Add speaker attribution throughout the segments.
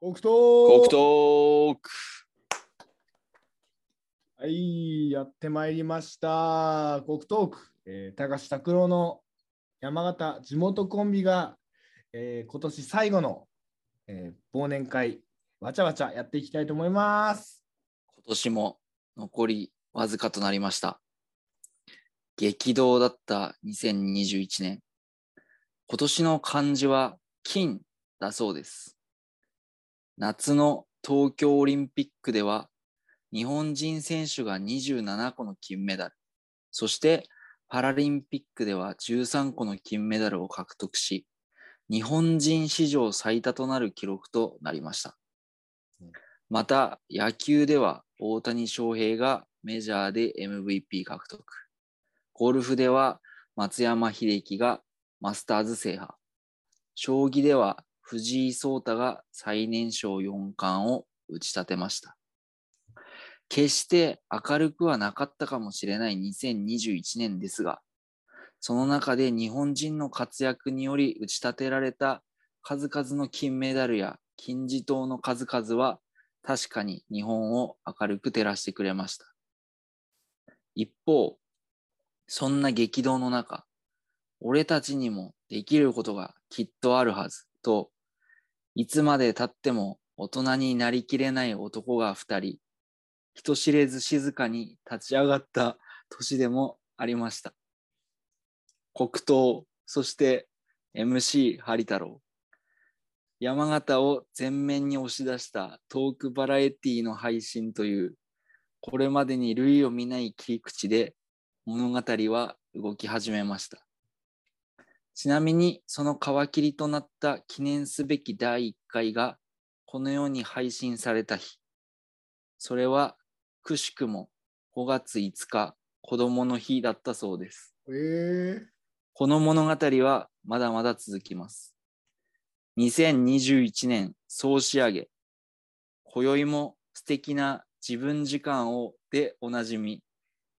Speaker 1: コクトー
Speaker 2: コクトーク
Speaker 1: はい、やってまいりました。コクトーク、えー、高橋拓郎の山形地元コンビが、えー今年最後の、えー忘年会、わちゃわちゃやっていきたいと思います。
Speaker 2: 今年も残りわずかとなりました。激動だった2021年。今年の漢字は金だそうです。夏の東京オリンピックでは、日本人選手が27個の金メダル、そしてパラリンピックでは13個の金メダルを獲得し、日本人史上最多となる記録となりました。また、野球では大谷翔平がメジャーで MVP 獲得。ゴルフでは松山英樹がマスターズ制覇。将棋では藤井聡太が最年少四冠を打ち立てました。決して明るくはなかったかもしれない2021年ですが、その中で日本人の活躍により打ち立てられた数々の金メダルや金字塔の数々は確かに日本を明るく照らしてくれました。一方、そんな激動の中、俺たちにもできることがきっとあるはずと、いつまで経っても大人になりきれない男が二人、人知れず静かに立ち上がった年でもありました。黒糖、そして MC ハリ太郎。山形を前面に押し出したトークバラエティの配信というこれまでに類を見ない切り口で物語は動き始めましたちなみにその皮切りとなった記念すべき第1回がこのように配信された日それはくしくも5月5日子供の日だったそうです
Speaker 1: えー、
Speaker 2: この物語はまだまだ続きます。2021年総仕上げ。今宵も素敵な自分時間をでおなじみ、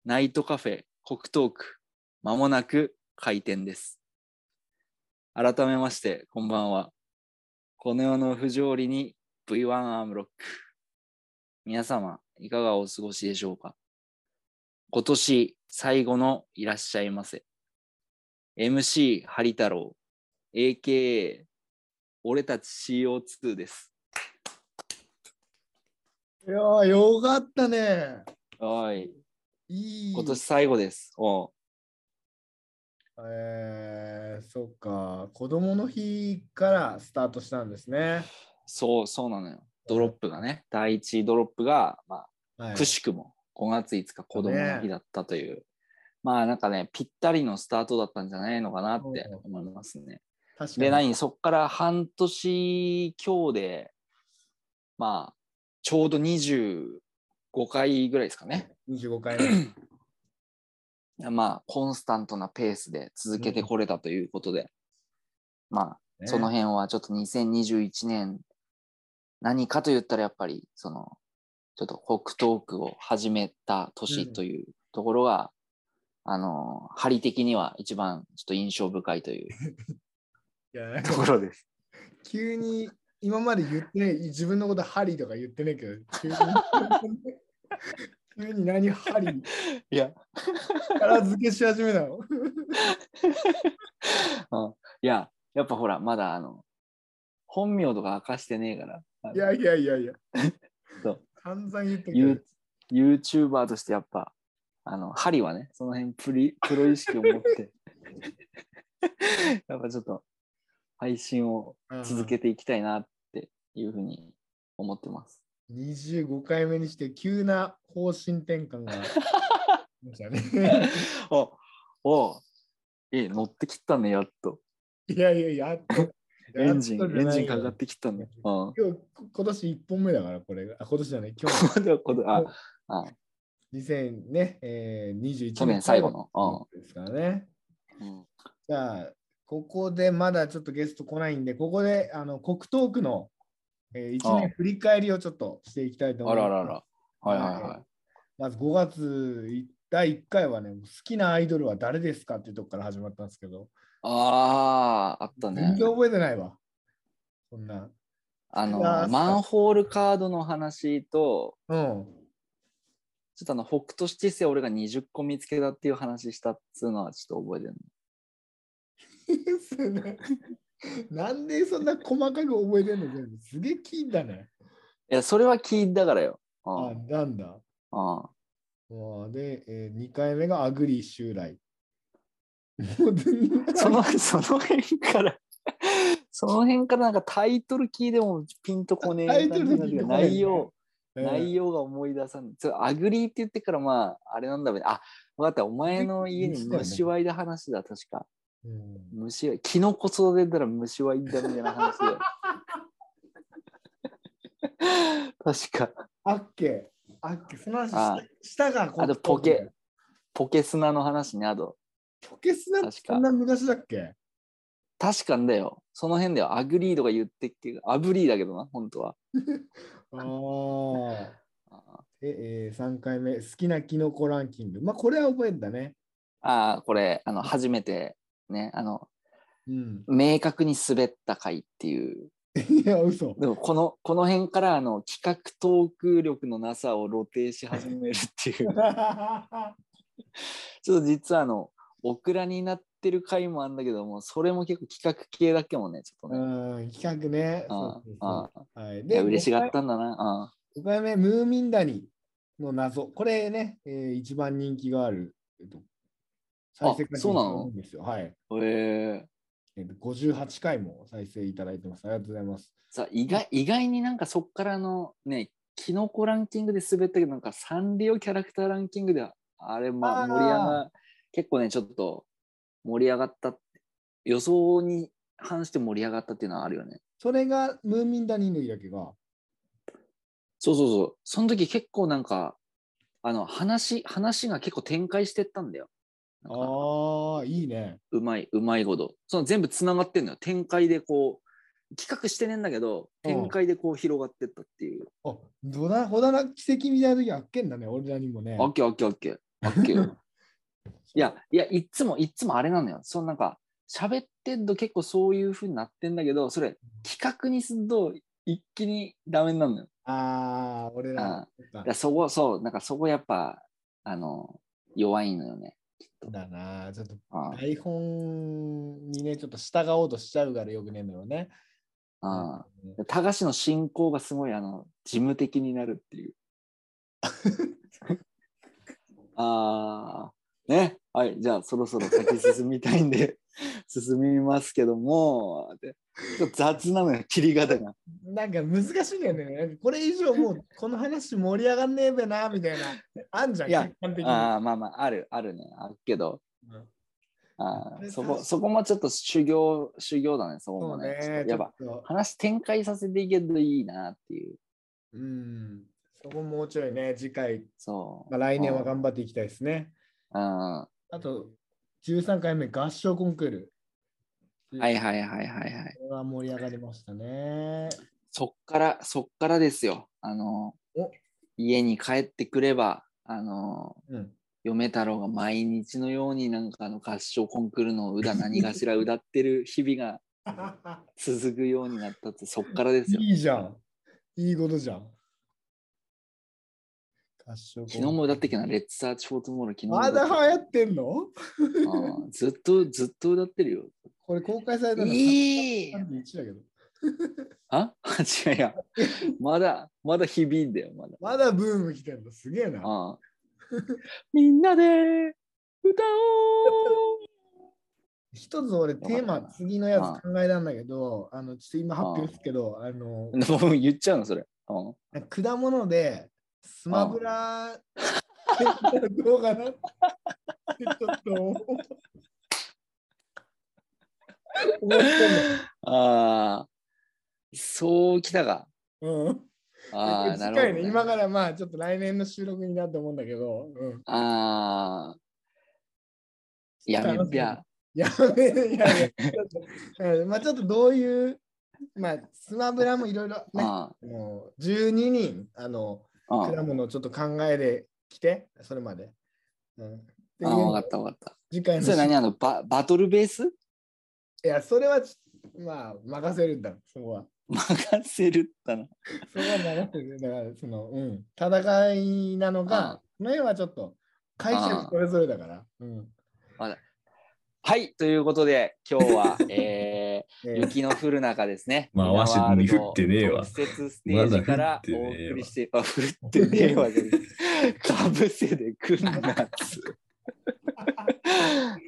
Speaker 2: ナイトカフェ黒トーク。まもなく開店です。改めまして、こんばんは。この世の不条理に V1 アームロック。皆様、いかがお過ごしでしょうか今年最後のいらっしゃいませ。MC ハリ太郎、AKA 俺たち CO2 です。
Speaker 1: いやー、よかったね。
Speaker 2: はい。
Speaker 1: いい。
Speaker 2: 今年最後です。おう
Speaker 1: えー、そっか、子供の日からスタートしたんですね。
Speaker 2: そう、そうなのよ。ドロップがね、第一ドロップが、ま
Speaker 1: は
Speaker 2: あ、
Speaker 1: い、
Speaker 2: くしくも5月5日子供の日だったという、まあなんかね、ぴったりのスタートだったんじゃないのかなって思いますね。
Speaker 1: 確かに
Speaker 2: で、何そっから半年強で、まあ、ちょうど25回ぐらいですかね。
Speaker 1: 25回目。
Speaker 2: まあ、コンスタントなペースで続けてこれたということで、まあ、その辺はちょっと2021年、何かと言ったらやっぱり、その、ちょっと北東区を始めた年というところが、あの、針的には一番ちょっと印象深いという
Speaker 1: いやなんか
Speaker 2: ところです。
Speaker 1: 急に今まで言ってね自分のことハリーとか言ってねえけど急に急に何ハリー
Speaker 2: いや、
Speaker 1: 力付けし始めた の
Speaker 2: うんいや、やっぱほら、まだあの、本名とか明かしてねえから、あの
Speaker 1: いやいやいやいや
Speaker 2: そう
Speaker 1: 散々言ってけど
Speaker 2: ユーチューバーとしてやっぱ、あの、針はね、その辺プリ プロ意識を持 って、やっぱちょっと配信を続けていきたいなっていうふうに思ってます。
Speaker 1: うん25回目にして急な方針転換 がありましたね
Speaker 2: おおえ、乗ってきたね、やっと。
Speaker 1: いやいややっと
Speaker 2: エンジン、
Speaker 1: やっとじ
Speaker 2: エ
Speaker 1: ゃ
Speaker 2: ン
Speaker 1: ないよ
Speaker 2: ジンかかってきた ね。うん。
Speaker 1: 今日今年1本目だからこれがあ今年じゃない今日
Speaker 2: これはこれああ
Speaker 1: 2021ね、えー、21
Speaker 2: 去年最後 の。
Speaker 1: ですからね
Speaker 2: うん、
Speaker 1: じゃあ、ここでまだちょっとゲスト来ないんで、ここであの国トークの、えー、1
Speaker 2: ああ
Speaker 1: 年振り返りをちょっとしていきたいと思
Speaker 2: あ
Speaker 1: いま
Speaker 2: ら
Speaker 1: す。
Speaker 2: あらあら。はいはいはい。
Speaker 1: まず5月い第1回はね、好きなアイドルは誰ですかっていうとこから始まったんですけど、
Speaker 2: ああ、あったね
Speaker 1: 全。然覚えてないわ。そんな。
Speaker 2: あ
Speaker 1: いや
Speaker 2: の、
Speaker 1: ー
Speaker 2: マンホールカードの話と、
Speaker 1: うん。
Speaker 2: ちょっとあの、北斗七星俺が20個見つけたっていう話したっつうのはちょっと覚えてる
Speaker 1: なんでそんな細かく覚えてんの全部すげえ聞いたね。
Speaker 2: いや、それは聞いたからよ。う
Speaker 1: あ、
Speaker 2: ん。
Speaker 1: なんだ。
Speaker 2: うん。
Speaker 1: あで、え2回目がアグリー襲来。もう全然
Speaker 2: その、 その辺から、その辺からなんかタイトル聞いてもピンとこねえ
Speaker 1: タイトル
Speaker 2: 感じ
Speaker 1: 聞い
Speaker 2: が
Speaker 1: てこない
Speaker 2: 内容、
Speaker 1: うん
Speaker 2: 内容が思い出さん。ちょアグリーって言ってからまあ、あれなんだろうね。あ、わかった。お前の家に虫はいた話だ、確か。
Speaker 1: うん
Speaker 2: 虫は、キノコ育てたら虫はいたみたいな 話だよ。確か。
Speaker 1: あっけ、あっけ、その話
Speaker 2: あ
Speaker 1: したが
Speaker 2: あとポケ。、ポケ砂の話ね。あと、
Speaker 1: ポケスナって
Speaker 2: 確か
Speaker 1: そんな昔だっ け
Speaker 2: 確かんだよ。その辺ではアグリーとか言ってっけど、アブリーだけどな、本当は。
Speaker 1: ああ。ええー、3回目、好きなキノコランキング。まあ、これは覚えんだね。
Speaker 2: ああ、これ、あの、初めて、ね、あの、
Speaker 1: うん。
Speaker 2: 明確に滑った回っていう。
Speaker 1: いや、嘘。
Speaker 2: でも、この、この辺から、あの、企画トーク力のなさを露呈し始めるっ ていう。ちょっと実は、あの、オクラになってる回もあるんだけども、それも結構企画系だっけもんね、ちょっとね。
Speaker 1: うん、企画ね。そ
Speaker 2: あ
Speaker 1: うそうそう
Speaker 2: あ、ああ。
Speaker 1: はい、
Speaker 2: いや、嬉しか
Speaker 1: た
Speaker 2: ったんだな。
Speaker 1: 5回目、ムーミンダニの謎。これね、えー一番人気がある、えっと、再生回数
Speaker 2: そうなの
Speaker 1: 一番多いんですよ。はい、
Speaker 2: うん。へえ
Speaker 1: えっと。58回も再生いただいてます。ありがとうございます。
Speaker 2: さあ、意外、意外になんかそっからの、ね、キノコランキングで滑ったけど、なんかサンリオキャラクターランキングでは、あれ、ま
Speaker 1: あ
Speaker 2: あ、
Speaker 1: ー
Speaker 2: 盛り上が、結構ね、ちょっと盛り上がったって、予想に反して盛り上がったっていうのはあるよね。
Speaker 1: それがムーミンダニの時だけが、
Speaker 2: そうそうそう。その時結構なんか、あの、話、話が結構展開してったんだよ。なんか
Speaker 1: ああ、いいね。
Speaker 2: うまい、うまいこと。その全部つながってんのよ。展開でこう、企画してねえんだけど、
Speaker 1: うん
Speaker 2: 展開でこう広がってったっていう。
Speaker 1: あ、どだほだな奇跡みたいな時あっけんだね、俺らにもね。
Speaker 2: オッケーオッケーオッケー。オッケー。いや、いや、いっつも、いっつもあれなのよ。そのなんか、喋ってんと結構そういう風になってんだけど、それ、企画にすると、一気にダメになるのよ。
Speaker 1: ああ、俺ら
Speaker 2: あだからそこ、そう、なんかそこやっぱ、あの、弱いのよね。
Speaker 1: だな。ちょっと
Speaker 2: あ
Speaker 1: 台本にね、ちょっと従おうとしちゃうからよくねえんだろうね。
Speaker 2: あたがしの進行がすごい、あの、事務的になるっ ていう。ああ、ね。はい、じゃあそろそろ先進みたいんで、 進みますけども、でちょっと雑なのよ、切り方 が。
Speaker 1: なんか難しいんだよね。なんかこれ以上もうこの話盛り上がんねえべなみたいな。あんじゃん、
Speaker 2: いや
Speaker 1: 客観的に。
Speaker 2: ああまあまああるあるねあるけど
Speaker 1: うん
Speaker 2: あ
Speaker 1: あれ
Speaker 2: ーそ
Speaker 1: 確
Speaker 2: こ
Speaker 1: か
Speaker 2: そこもちょっと修行修行だねそこ
Speaker 1: そ
Speaker 2: も
Speaker 1: う
Speaker 2: ねちょっ
Speaker 1: ね。
Speaker 2: とやっぱ
Speaker 1: ちょっと
Speaker 2: 話展開させていけるといいなっていう
Speaker 1: うん。そこもうちょいね、次回、
Speaker 2: そう、
Speaker 1: まあ、来年は頑張っていきたいですね。
Speaker 2: うんは
Speaker 1: あと、13回目、合唱コンクール。
Speaker 2: いはい
Speaker 1: こ
Speaker 2: はいはいはい
Speaker 1: れは盛り上がりましたね。
Speaker 2: そっからそっからですよあの
Speaker 1: お
Speaker 2: 家に帰ってくればあの
Speaker 1: うん。
Speaker 2: 嫁太郎が毎日のようになんかあの合唱コンクール の歌何かしら歌ってる日々が続くようになったってそっからですよ
Speaker 1: いいじゃん。いいことじゃん。合唱コンクール
Speaker 2: 昨日も歌ってきたなレッツ・サーチ・フォー・トゥ・モール昨日も歌
Speaker 1: ま
Speaker 2: って
Speaker 1: だ
Speaker 2: き
Speaker 1: 流
Speaker 2: た
Speaker 1: 行ってんの
Speaker 2: うんずっとずっと歌ってるよ。
Speaker 1: これ公開されたの
Speaker 2: いい
Speaker 1: 31だけど。
Speaker 2: あ違うや。まだまだ響いんだよ、まだ。
Speaker 1: まだブーム来てんのすげえな。
Speaker 2: ああみんなで歌おう
Speaker 1: 一つ俺
Speaker 2: か
Speaker 1: テ
Speaker 2: ったな
Speaker 1: ーマ次のやつ考えたんだけど、あのちょっと今発表ですけど、あの
Speaker 2: も う言っちゃうの、それ。うん
Speaker 1: 果物でスマブラってどうかなってちょっと思う思って
Speaker 2: ああ、そうきたか。
Speaker 1: んの。うん。
Speaker 2: ああ、
Speaker 1: 次
Speaker 2: な
Speaker 1: 回ね
Speaker 2: るほど、ね。
Speaker 1: 今からまあちょっと来年の収録になると思うんだけど、うん、
Speaker 2: ああ。やめっぴゃ。
Speaker 1: やべえ、いやいや、ちょっとうんまあちょっとどういう、まあスマブラもいろいろね、
Speaker 2: あ
Speaker 1: もう12人、あの、
Speaker 2: あああ
Speaker 1: 果物をちょっと考えてきて、それまで。うん、っていう
Speaker 2: ああ、わかったわかっ
Speaker 1: 次回
Speaker 2: た。
Speaker 1: の
Speaker 2: それ何あのババトルベース
Speaker 1: いや、それはちまあ、任せるんだ、そこは。
Speaker 2: 任せるったな。
Speaker 1: それは流せる。だから、その、うん、戦いなの
Speaker 2: あ
Speaker 1: か、この絵はちょっと解釈それぞれだから。うん。
Speaker 2: はい、ということで、今日は、え
Speaker 1: え
Speaker 2: ー
Speaker 1: ー
Speaker 2: 雪の降る中ですね。
Speaker 3: まあ
Speaker 2: 浦和ワールド
Speaker 3: 降ってねえわ
Speaker 2: 特設ステージから
Speaker 3: まだ降
Speaker 2: お
Speaker 3: ってねえわ
Speaker 2: 送りして、あ、降ってねえわじゃない。かぶせで来るなっつ。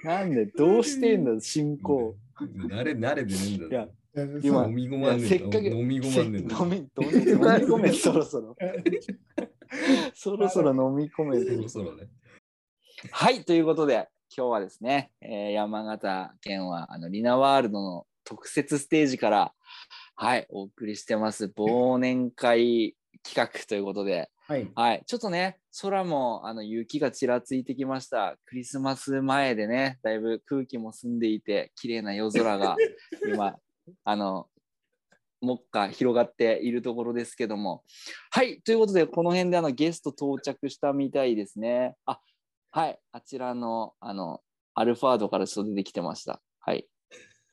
Speaker 2: なんで、どうしてんだ、進行。
Speaker 3: 慣れ慣れてねえん
Speaker 2: い
Speaker 3: だ
Speaker 2: や
Speaker 3: ぞ。
Speaker 2: 今
Speaker 3: 飲み込
Speaker 2: い
Speaker 3: ま
Speaker 2: や
Speaker 3: んね
Speaker 2: せっかく、
Speaker 3: えんだ。飲み込まんねえんだ
Speaker 2: せ。飲み飲み飲み込め、そろそ ろ。そろそろ飲み込め。
Speaker 3: そろそろね。
Speaker 2: はい、ということで、今日はですね、えー山形県はあのリナワールドの特設ステージから、はい、お送りしてます忘年会企画ということで、
Speaker 1: はい。
Speaker 2: はい、ちょっとね、空もあの雪がちらついてきました。クリスマス前でね、だいぶ空気も澄んでいて、綺麗な夜空が今、あの、もっか広がっているところですけども。はい、ということで、この辺であのゲスト到着したみたいですね。あはい、あちらの、あの、アルファードからちょっと出てきてました。はい。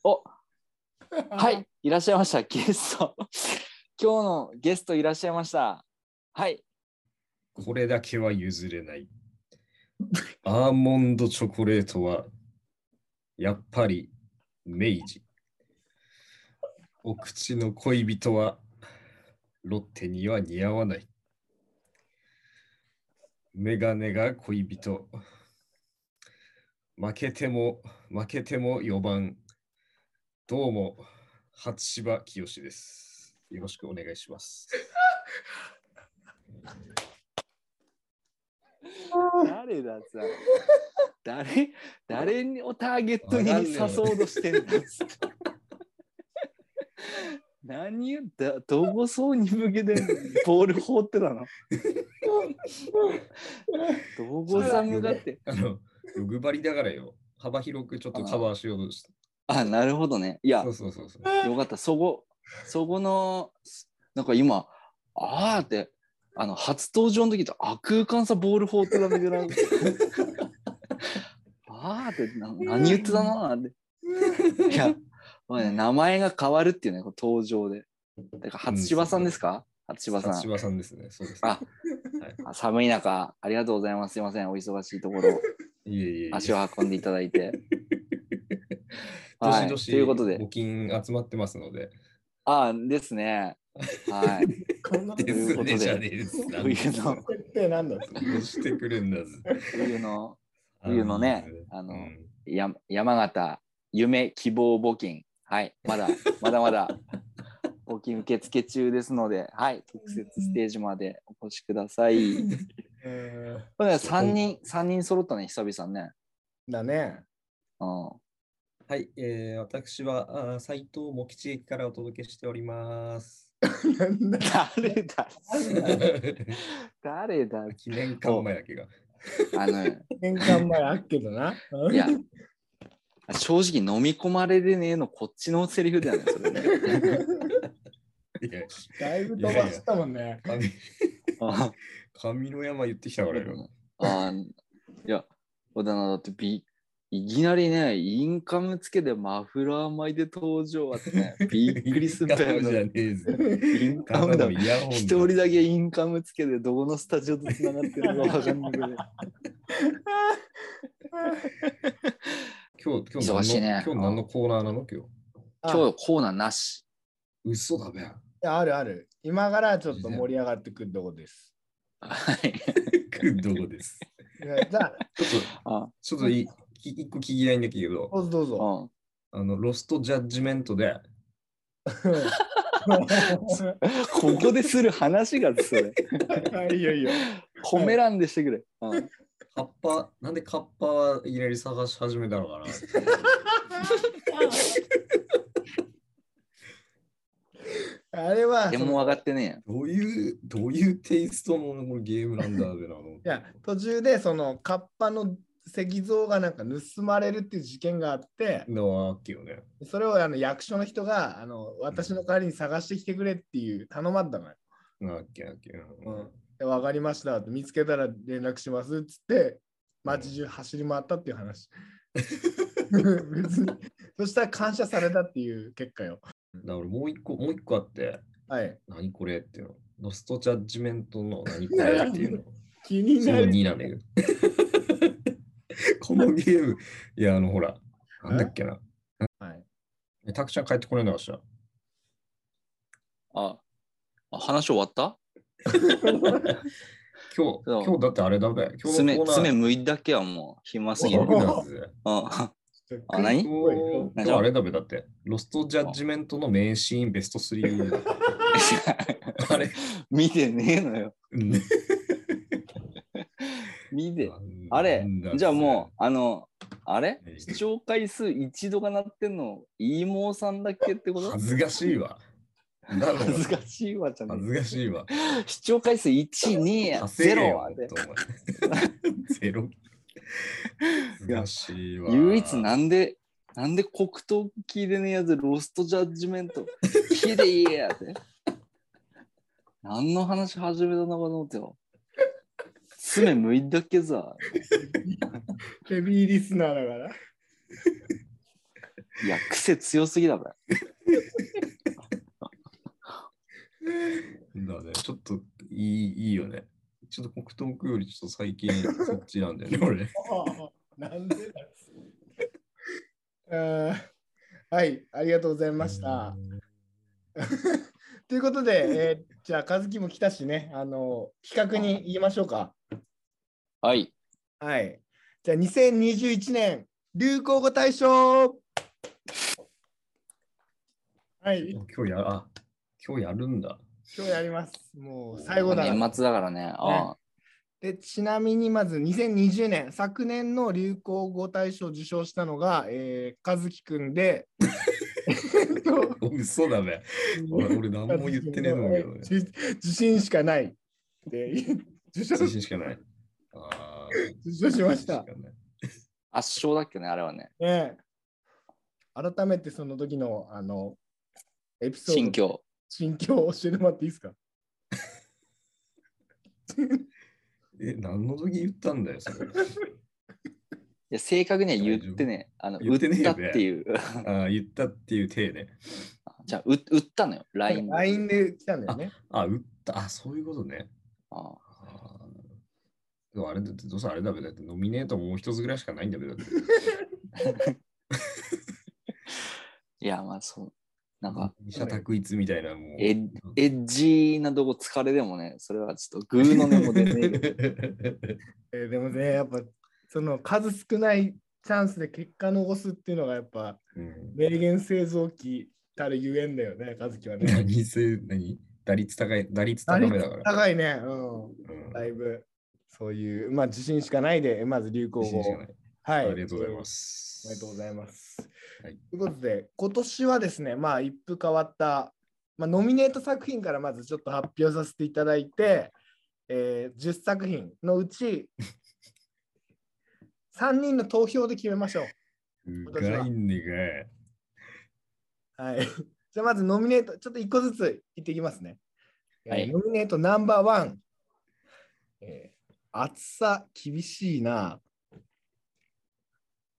Speaker 2: お は。い、いらっしゃいました、ゲスト。 今日のゲストいらっしゃいました。はい、
Speaker 3: これだけは譲れない。アーモンドチョコレートは、やっぱり明治。お口の恋人は、ロッテには似合わない。メガネが恋人。負けても、負けても4番。どうも、初芝清です。よろしくお願いします。
Speaker 2: 誰ださ誰誰をターゲットに誘おうとしてるんですか何言ったどこそうに向けてボール放ってたのどこさん向かって
Speaker 3: あの、欲張りだからよ。幅広くちょっとカバーしようとして。
Speaker 2: あなるほどねいや
Speaker 3: そうそうそうそう。
Speaker 2: よかったそこそこのなんか今あーってあの初登場の時とあ空間さボール放ってたみたいなあーってな何言ってたのなんていや、まあね、名前が変わるっていうね、こう登場で。だから初芝さんですか、初芝さん
Speaker 3: 千葉さんですね。そうです、
Speaker 2: ああ。寒い中、ありがとうございます。すいません、お忙しいところ、
Speaker 3: いえいえいえ。
Speaker 2: 足を運んでいただいて。はい、
Speaker 3: 年々、
Speaker 2: ということで、
Speaker 3: 募金集まってますので。
Speaker 2: あですね。はい。
Speaker 1: こんな
Speaker 2: と
Speaker 3: で
Speaker 2: いう
Speaker 3: す
Speaker 2: ことで
Speaker 3: ね、じゃねえです。
Speaker 2: 冬の、
Speaker 1: ってなんだ
Speaker 3: どうしてくるんだぜ。
Speaker 2: 冬の冬のね
Speaker 3: あ
Speaker 2: あの
Speaker 3: のうん
Speaker 2: や山形夢希望募金。はい、まだまだまだ募金受付中ですので、はい、特設ステージまでお越しください。
Speaker 1: うん
Speaker 2: これね三人、三人揃ったね、久々ね。
Speaker 1: だね。
Speaker 2: うん。
Speaker 4: はい、えー、私はあー斉藤茂吉駅からお届けしており ます。
Speaker 1: なんだ
Speaker 2: 誰だ誰だ
Speaker 3: 記念館前だけが。
Speaker 2: あの、い
Speaker 1: 年間前あっけどな。うん
Speaker 2: や、正直飲み込まれるねえのこっちのセリフだよね、それね。
Speaker 3: いや、
Speaker 1: だいぶ飛ばしたもんね。
Speaker 3: 神
Speaker 2: あ
Speaker 3: 神の山言ってきたからよ。
Speaker 2: あ、いや、小田だってび、いきなりね、インカムつけてマフラー巻いて登場あって ね、 びっくりすんだよ
Speaker 3: インカムじゃ
Speaker 2: ね。
Speaker 3: ねえぜ。
Speaker 2: インカムだ
Speaker 3: た。イヤホンだ
Speaker 2: 一人だけインカムつけてどこのスタジオとつながってるかわかんない けど。
Speaker 3: 今日、今日何の
Speaker 2: 忙しいね
Speaker 3: 今日何のコーナーなの今日。
Speaker 1: あ
Speaker 2: 今日コーナーなし。
Speaker 3: 嘘だべ。
Speaker 1: あるある。今からちょっと盛り上がってくるとこです。
Speaker 2: はい。
Speaker 3: どこです。
Speaker 1: いやじゃあ、
Speaker 3: ちょっと、
Speaker 2: あ
Speaker 3: ちょっといき一個聞きたいんだけど、
Speaker 1: どうぞどうぞ。
Speaker 2: うん
Speaker 3: あの、ロストジャッジメントで、
Speaker 2: ここでする話がそれ。
Speaker 1: いいよいいよ。
Speaker 2: 褒めらんでしてくれ。うん
Speaker 3: カッパ、なんでカッパはいきなり探し始めたのかな
Speaker 1: あれは、
Speaker 2: で
Speaker 1: その
Speaker 2: も分かってね
Speaker 3: どういう、どういうテイストのこれゲームなんだべなの
Speaker 1: いや途中でそのカッパの石像がなんか盗まれるっていう事件があって、
Speaker 3: なわけよね。
Speaker 1: それをあの役所の人があの私の代わりに探してきてくれっていう頼まれたのよ。
Speaker 3: なわけなわけ。
Speaker 1: うんでわかりましたって見つけたら連絡しますっつって街中走り回ったっていう 話別にそしたら感謝されたっていう結果よ
Speaker 3: だ俺もう一個、もう一個あって、
Speaker 1: はい。
Speaker 3: 何これっていうの。ロストジャッジメントの何これっていうの。
Speaker 1: 気に
Speaker 3: そ
Speaker 1: な
Speaker 3: の
Speaker 1: る。
Speaker 3: 2なんだけど。 このゲーム、いや、あの、ほら、なんだっけな。
Speaker 1: はい。
Speaker 3: えたくちゃん帰ってこないのかしら。
Speaker 2: あ、あ話終わった
Speaker 3: 今日、
Speaker 2: そう
Speaker 3: 今日だってあれだべ。今日
Speaker 2: 爪、
Speaker 3: のコーナ
Speaker 2: 爪
Speaker 3: ー
Speaker 2: むいだけはもう暇すぎ
Speaker 3: そ
Speaker 2: る。う
Speaker 3: う
Speaker 1: あ
Speaker 2: ん
Speaker 3: 楽なんですよ
Speaker 2: あ、
Speaker 1: あ
Speaker 2: 何
Speaker 3: 今日今日あれだべだって、ロストジャッジメントの名シーンベスト3。あれ
Speaker 2: 見てねえのよ。見て。あれじゃあもう、あの、あれ
Speaker 3: ええ
Speaker 2: 視聴回数一度がなってんの、イーモーさんだっけってこと
Speaker 3: 恥ずかしいわ。なんだろう
Speaker 2: 恥ずかしいわじゃ
Speaker 3: 恥
Speaker 2: ん。
Speaker 3: ずかしいわ。
Speaker 2: 視聴回数1、2、
Speaker 3: 稼げよ
Speaker 2: 0で。
Speaker 3: ほんとお前 ゼロ。恥ずかしいわ。
Speaker 2: 唯一なんで、なんで黒糖聞いてねえやつ、ロストジャッジメント、聞いていいやって。 何の話始めたのかと思ってよ。爪むいだけさ。
Speaker 1: ヘビーリスナーだから。
Speaker 2: いや、癖強すぎだべ。
Speaker 3: だね、ちょっといいいいよね。ちょっと黒糖食うよりちょっと最 近そっちなんだよね、俺。
Speaker 1: なんでだはい、ありがとうございました。 ということで、えーじゃあ、和樹も来たしね、あの、企画に言いましょうか。
Speaker 2: はい。
Speaker 1: はい。じゃあ、2021年流行語大賞はい、
Speaker 3: 今日やあ今日やるんだ。
Speaker 1: 今日やります。もう最後だから
Speaker 2: 年末だからね。ああ
Speaker 1: でちなみにまず2020年昨年の流行語大賞を受賞したのが、えー、和樹くん でえっと
Speaker 3: 嘘だべ。 俺俺何も言ってねえと思うけど ね。
Speaker 1: 自 自信しかないって受賞
Speaker 3: 自信しかない。あー
Speaker 1: 受賞しました
Speaker 3: 自信。かない
Speaker 2: 圧勝だっけね、あれはね。
Speaker 1: ねえ、改めてその時のあのエピソード
Speaker 2: 心境。
Speaker 1: 心境を教えてもらっていいですか
Speaker 3: え、何の時言ったんだよ、そ れ。
Speaker 2: いや、正確には言ってね。あの、
Speaker 3: 言
Speaker 2: 売
Speaker 3: ってね
Speaker 2: っ
Speaker 3: え
Speaker 2: た
Speaker 3: よ
Speaker 2: って
Speaker 3: ね
Speaker 2: いう。
Speaker 3: あー言ったっていう体ね。
Speaker 2: じゃあ、う売ったのよ、LINE で。
Speaker 1: ?LINE で来たんだよね。
Speaker 3: あ、打った。あ、そういうことね。
Speaker 2: ああ
Speaker 3: あーでもあれだって、どうせあれだべ。だって、ノミネートもう一つぐらいしかないんだべ。だって。
Speaker 2: いや、まあそう。なんか、
Speaker 3: 二者択一みたいな、もう。
Speaker 2: エッエッジーなとこ疲れでもね、それはちょっとグーの根も出ねえけど
Speaker 1: えーでもね、やっぱその数少ないチャンスで結果残すっていうのがやっぱ
Speaker 3: うん
Speaker 1: 名言製造機たるゆえんだよね、和樹 はね。
Speaker 3: 何せ、何打率高い、打率高
Speaker 1: 打
Speaker 3: め
Speaker 1: 率
Speaker 3: だから。
Speaker 1: 高いね、う
Speaker 3: うん
Speaker 1: ん、だいぶ。そういう、まあ自信しかないで、まず流行
Speaker 3: 自信
Speaker 1: 語
Speaker 3: し。かない
Speaker 1: は。
Speaker 3: ありがとうございます
Speaker 1: お
Speaker 3: す。
Speaker 1: めでとうございます。
Speaker 3: はい
Speaker 1: ということで、今年はですね、まあ一風変わった、まあ、ノミネート作品からまずちょっと発表させていただいて、えー、10作品のう ち、3人の投票で決めましょう。
Speaker 3: うがいんでかい。
Speaker 1: はい。 じゃあまずノミネート、ちょっと一個ずつ言っていきますね。えー
Speaker 2: はい
Speaker 1: ノミネートナンバーワン。えー暑さ厳しいな。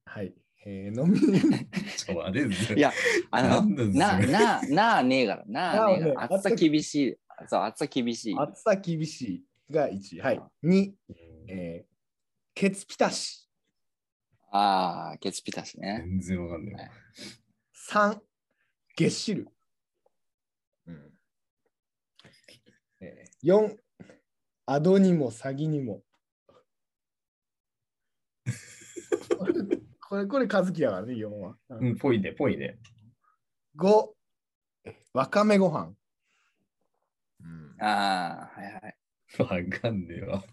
Speaker 1: はい。えーノミネート。
Speaker 3: ちょ、あれです
Speaker 2: いやあ
Speaker 3: な
Speaker 2: の、
Speaker 3: んなん
Speaker 2: な、
Speaker 3: それ
Speaker 2: な、なあねえから、なあねえ
Speaker 1: な
Speaker 2: か
Speaker 1: あねえ
Speaker 2: ら、暑さ厳しい。そう、暑さ厳しい。
Speaker 1: 暑さ厳しいが1。はい。2。えーケツピタシ。
Speaker 2: ああ、ケツピタしね。
Speaker 3: 全然わかんない。
Speaker 1: 3。げっしる。うん。えー、4。アドにも詐欺にも。 これ、これ、和樹だからね、4は。
Speaker 3: うん、ぽいね、ぽいね。
Speaker 1: 5。わかめご飯。うん
Speaker 2: ああ、はいはい。
Speaker 3: わかんねえわ。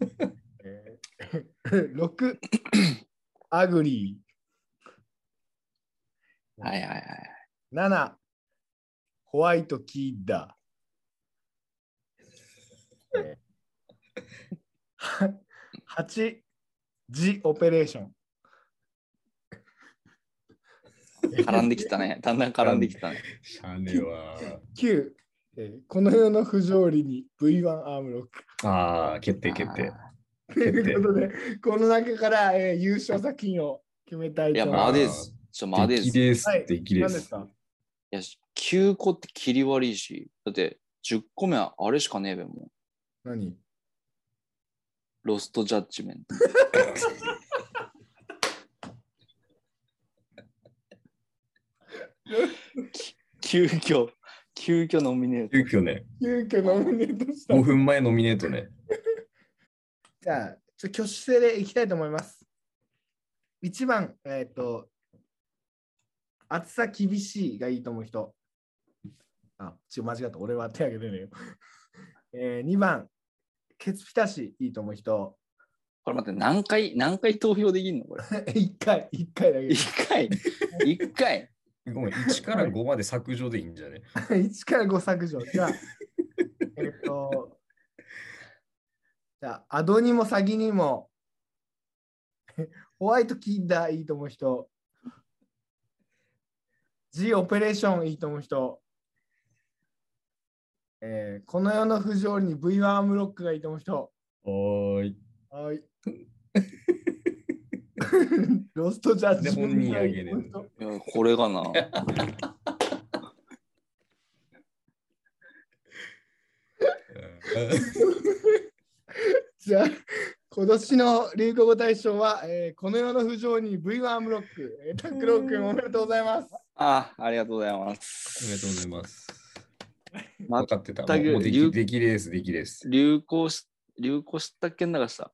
Speaker 1: えー、6。アグリ
Speaker 2: はいはいはい。
Speaker 1: ー。7。ホワイトキッダー。えー 8. ジオペレーション。
Speaker 2: 絡んできたね。だんだん絡んできたね。
Speaker 3: しゃあねえわ。
Speaker 1: 9、えーこの世の不条理に V1 アームロック。
Speaker 3: ああ、決定決定。
Speaker 1: ということで、この中から、えー優勝作品を決めたい
Speaker 2: い
Speaker 1: と
Speaker 2: や、
Speaker 1: 思い
Speaker 2: マ
Speaker 1: ま
Speaker 2: ー
Speaker 1: す。
Speaker 2: デーズ。ちょ、マーデー
Speaker 3: でき
Speaker 2: ズ。い
Speaker 3: です
Speaker 1: はい。
Speaker 3: できで
Speaker 1: 何です
Speaker 3: す。
Speaker 1: か
Speaker 2: や、 9個って切り悪いし、だって10個目はあれしかねえべもん。
Speaker 1: 何
Speaker 2: ロストジャッジメント。 急遽、急遽ノミネート。
Speaker 3: 急遽ね、
Speaker 1: 急遽ノミネートした
Speaker 3: 5分前ノミネートね。
Speaker 1: じゃあ、ちょっと挙手制でいきたいと思います。1番、えっ、と、暑さ厳しいがいいと思う人。あ、ちょ、間違った。俺は手挙げてねえよ。 えー、2番、ケツピタシいいと思う人。
Speaker 2: これ待って、何回、何回投票できんのこれ。
Speaker 1: 1回、1回だけ。
Speaker 2: 1回、1回。
Speaker 3: ごめん、1から5まで削除でいいんじゃね
Speaker 1: 1から5削除。じゃあ、 えっと、じゃあ、アドにもサギにも、 ホワイトキッダーいいと思う人、G オペレーションいいと思う人、えーこの世の不条理に V1 アームロックがいいと思う人、
Speaker 3: お ーい。
Speaker 1: はい。 ロストジャッジメントがい いと思う人
Speaker 3: で本人あげねえん
Speaker 2: いやこれがな。
Speaker 1: じゃあ、今年の流行語大賞は、えーこの世の不条に V1 アームロック、えー、タクロー君おめでとうございます。
Speaker 2: あ、ありがとうございま。
Speaker 3: おめですとうございます。
Speaker 2: ま
Speaker 3: 分かってた。も
Speaker 2: 全く
Speaker 3: うもうで
Speaker 2: 言う
Speaker 3: きできです、できです。
Speaker 2: 流行し、流行したっけんだかした。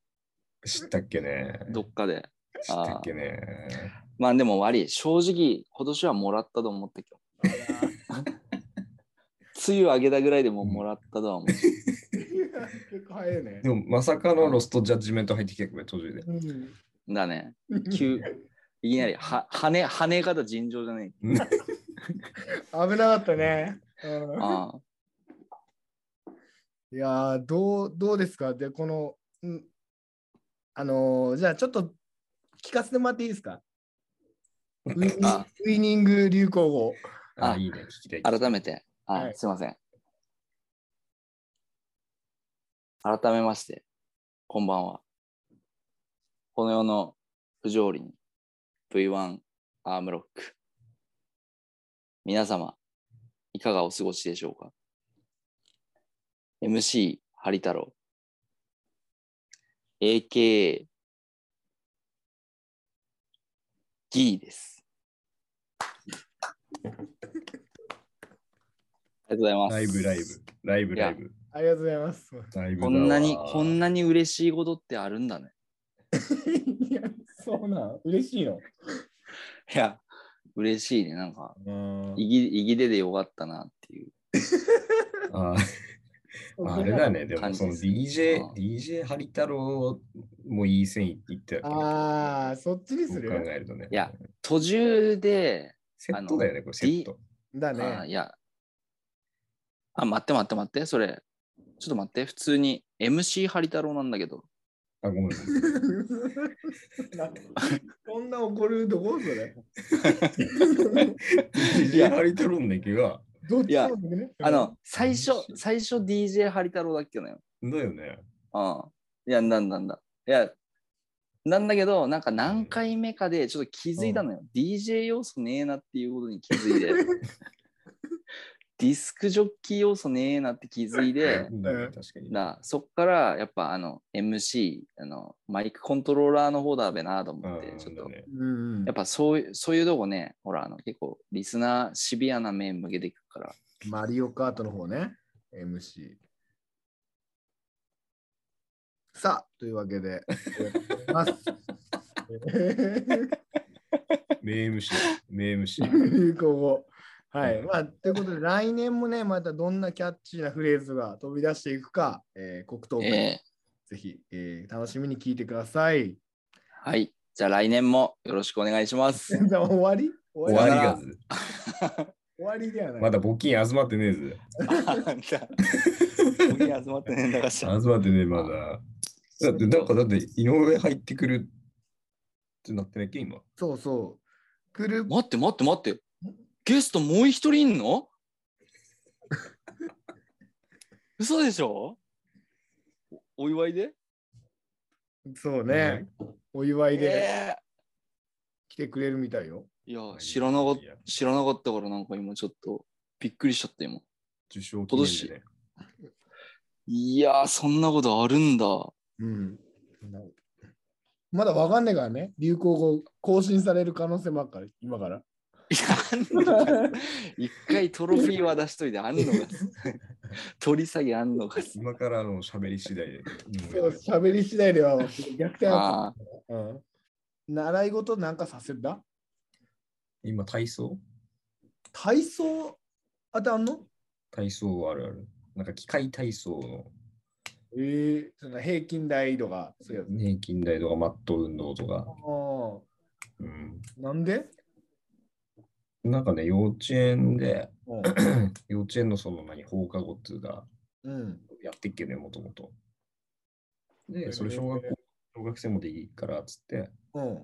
Speaker 3: 知ったっけね
Speaker 2: どっかで。
Speaker 3: 知ったっけね
Speaker 2: まあでも悪い。正直、今年はもらったと思ったけど。梅雨上げたぐらいでもうもらったとは思う。
Speaker 1: 結構早いね
Speaker 3: で。もまさかのロストジャッジメント入ってきたけど、途中で。
Speaker 1: うん
Speaker 2: だね。急、いきなり、は、跳ね、跳ね方尋常じゃねえ。
Speaker 1: 危なかったね。うん
Speaker 2: ああ。
Speaker 1: いやーどう、どうですかで、この、うんあのーじゃあちょっと聞かせてもらっていいですかウィニ
Speaker 2: あ
Speaker 1: ウィニング流行語。
Speaker 3: あ
Speaker 2: あ
Speaker 3: いいね、聞きたい。
Speaker 2: 改めて、はい、
Speaker 1: はい
Speaker 2: すいません。改めまして、こんばんは。この世の不条理に V1 アームロック。皆様、いかがお過ごしでしょうか ?MC ハリ太郎。AKA ギーです。ありがとうございます。
Speaker 3: ライブ、ライブ。ライブ、ライブ。
Speaker 1: ありがとうございます。
Speaker 3: ライブだ
Speaker 2: こ
Speaker 3: わ
Speaker 2: んなに、こんなに嬉しいことってあるんだね。
Speaker 1: いや、そうなん、嬉しいの。
Speaker 2: いや、嬉しいね。なんか、
Speaker 1: うん
Speaker 2: いぎいぎ出でよかったなっていう。
Speaker 3: ああれだね、でもその
Speaker 2: 感じ
Speaker 3: DJ
Speaker 2: あ、
Speaker 3: DJ ハリ太郎もいい線いってたよね
Speaker 1: ああ、そっちに
Speaker 3: そ
Speaker 1: す
Speaker 3: う考
Speaker 1: る
Speaker 3: えるとね。
Speaker 2: いや途中で、
Speaker 3: セットだよね、これセット。
Speaker 1: だ
Speaker 2: あ
Speaker 1: ね。
Speaker 2: いや、あ、待って待って待って、それ、ちょっと待って、普通に MC ハリ太郎なんだけど、
Speaker 3: あ、ごめんご めん。
Speaker 1: なんかこんな怒るとこそれ。
Speaker 3: DJ ハリ太郎だけが、
Speaker 1: どっ
Speaker 2: い
Speaker 1: ち
Speaker 2: や
Speaker 1: もね。
Speaker 2: あの、最初
Speaker 3: MC、
Speaker 2: 最初 DJ ハリ太郎だっけなよ。
Speaker 3: だよね。
Speaker 2: うん。いや、なんだなんだ。いや、なんだけど、なんか何回目かでちょっと気づいたのよ。DJ 要素ねえなっていうことに気づいて。ディスクジョッキー要素ねえなって気づいて、
Speaker 3: だね、確かに。
Speaker 2: なそっからやっぱあの MC、あのマイクコントローラーの方だべなと思って、ちょっ
Speaker 3: だ
Speaker 2: と。
Speaker 3: ね
Speaker 1: うん
Speaker 2: やっぱそういう、そういうとこね、ほら、あの、結構、リスナーシビアな面向けていくから。
Speaker 1: マリオカートの方ね、MC。さあ、というわけで、ありがとうございます。
Speaker 3: 名 MC、名 MC。
Speaker 1: 流行語。はい。
Speaker 3: うん
Speaker 1: まあ、ということで、来年もね、またどんなキャッチーなフレーズが飛び出していくか、えー、国東会、
Speaker 2: え
Speaker 1: ぜひ、えー楽しみに聞いてください。
Speaker 2: ーはい。じゃあ来年もよろしくお願いします。
Speaker 1: じゃあ終わり終
Speaker 3: 終
Speaker 1: わ
Speaker 3: わ
Speaker 1: り
Speaker 3: り
Speaker 1: だ
Speaker 3: がず。
Speaker 1: 終わりではない。
Speaker 3: まだ募金集まってねえぜ。
Speaker 2: なんか、ここに集まってねえんだかし
Speaker 3: 集
Speaker 2: ら。
Speaker 3: まってねえ、まだ。だって、なんか、だって、井上入ってくるってなってないっけ、今。
Speaker 1: そうそう。グループ
Speaker 2: 待って待って待って。ゲストもう一人いん の嘘でしょおお祝いで
Speaker 1: そうね、お祝いで
Speaker 2: え
Speaker 1: 来てくれるみたいよ。
Speaker 2: ーいや、知らなかっ
Speaker 3: いや
Speaker 2: 知らなかったから、なんか今ちょっとびっくりしちゃった今。
Speaker 3: 受賞記念でね。
Speaker 2: いやー、そんなことあるんだ。
Speaker 1: うん。まだわかんないからね、流行語更新される可能性もあるから、今から。
Speaker 2: いやあんのか一回トロフィーは出しといて、あんのが。取り下げあんのが。
Speaker 3: 今からの喋り次第で。
Speaker 1: そう喋り次第では逆転は、
Speaker 2: あー
Speaker 1: うん。習い事なんかさせた
Speaker 3: 今、体操
Speaker 1: 体操当たんの
Speaker 3: 体操あるある。なんか機械体操の
Speaker 1: ええその平均台とか、そういうやつ。
Speaker 3: 平均台とかマット運動とか。
Speaker 1: あ
Speaker 3: うん、
Speaker 1: あなんで、
Speaker 3: なんかね、幼稚園で、
Speaker 1: うん、
Speaker 3: 幼稚園のその何放課後っていうか、
Speaker 1: うん。
Speaker 3: やってっけね、もともと。で、
Speaker 1: ー
Speaker 3: それ小学校、小学生もでいいからっつって、
Speaker 1: うん。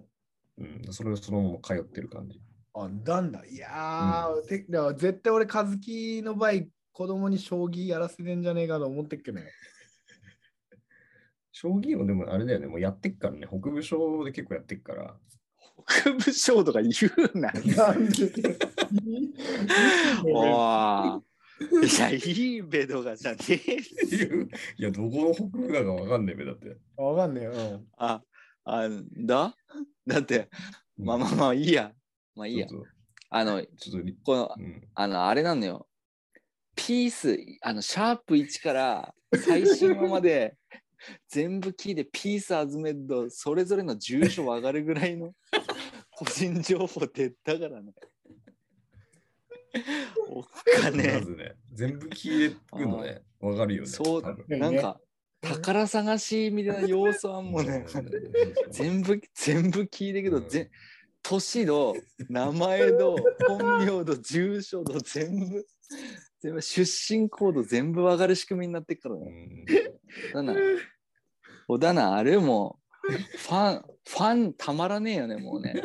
Speaker 3: うん、それをそのまま通ってる感じ。
Speaker 1: あ、なんだ。いやー、てだから絶対俺、和樹の場合、子供に将棋やらせてんじゃねえかと思ってっけどね。
Speaker 3: 将棋もでもあれだよね、もうやってっからね、北部小で結構やってっ から、
Speaker 2: 北部省とか言うな。
Speaker 1: なんで
Speaker 2: おーいや、いいベドがじゃねえ。
Speaker 3: いや、どこの北部かがわかんないべ、だって。
Speaker 1: わかんねえよ。うん
Speaker 2: あ、あんだだって、まあまあまあいいや。まあいいや
Speaker 3: ち。ょっ
Speaker 2: あの、
Speaker 3: と、ちょっとり、
Speaker 2: この、
Speaker 3: うん、
Speaker 2: あの、あれなんだよ。ピース、あの、シャープ1から最新話まで全部聞いて、ピース集めると、それぞれの住所分かるぐらいの個人情報出たからね。おっか
Speaker 3: ま
Speaker 2: ね
Speaker 3: ずね、全部聞いてくのね、わかるよね。
Speaker 2: そう
Speaker 3: 多分
Speaker 2: え。なんか、宝探しみたいな要素あんもんね。全部、全部聞いてけど、ぜ年と名前と本名と住所と全部全部出身コード全部わかる仕組みになってっから
Speaker 3: う
Speaker 2: ね。
Speaker 3: ん
Speaker 2: だな。おだな、あれもうファン、ファンたまらねえよね、もうね。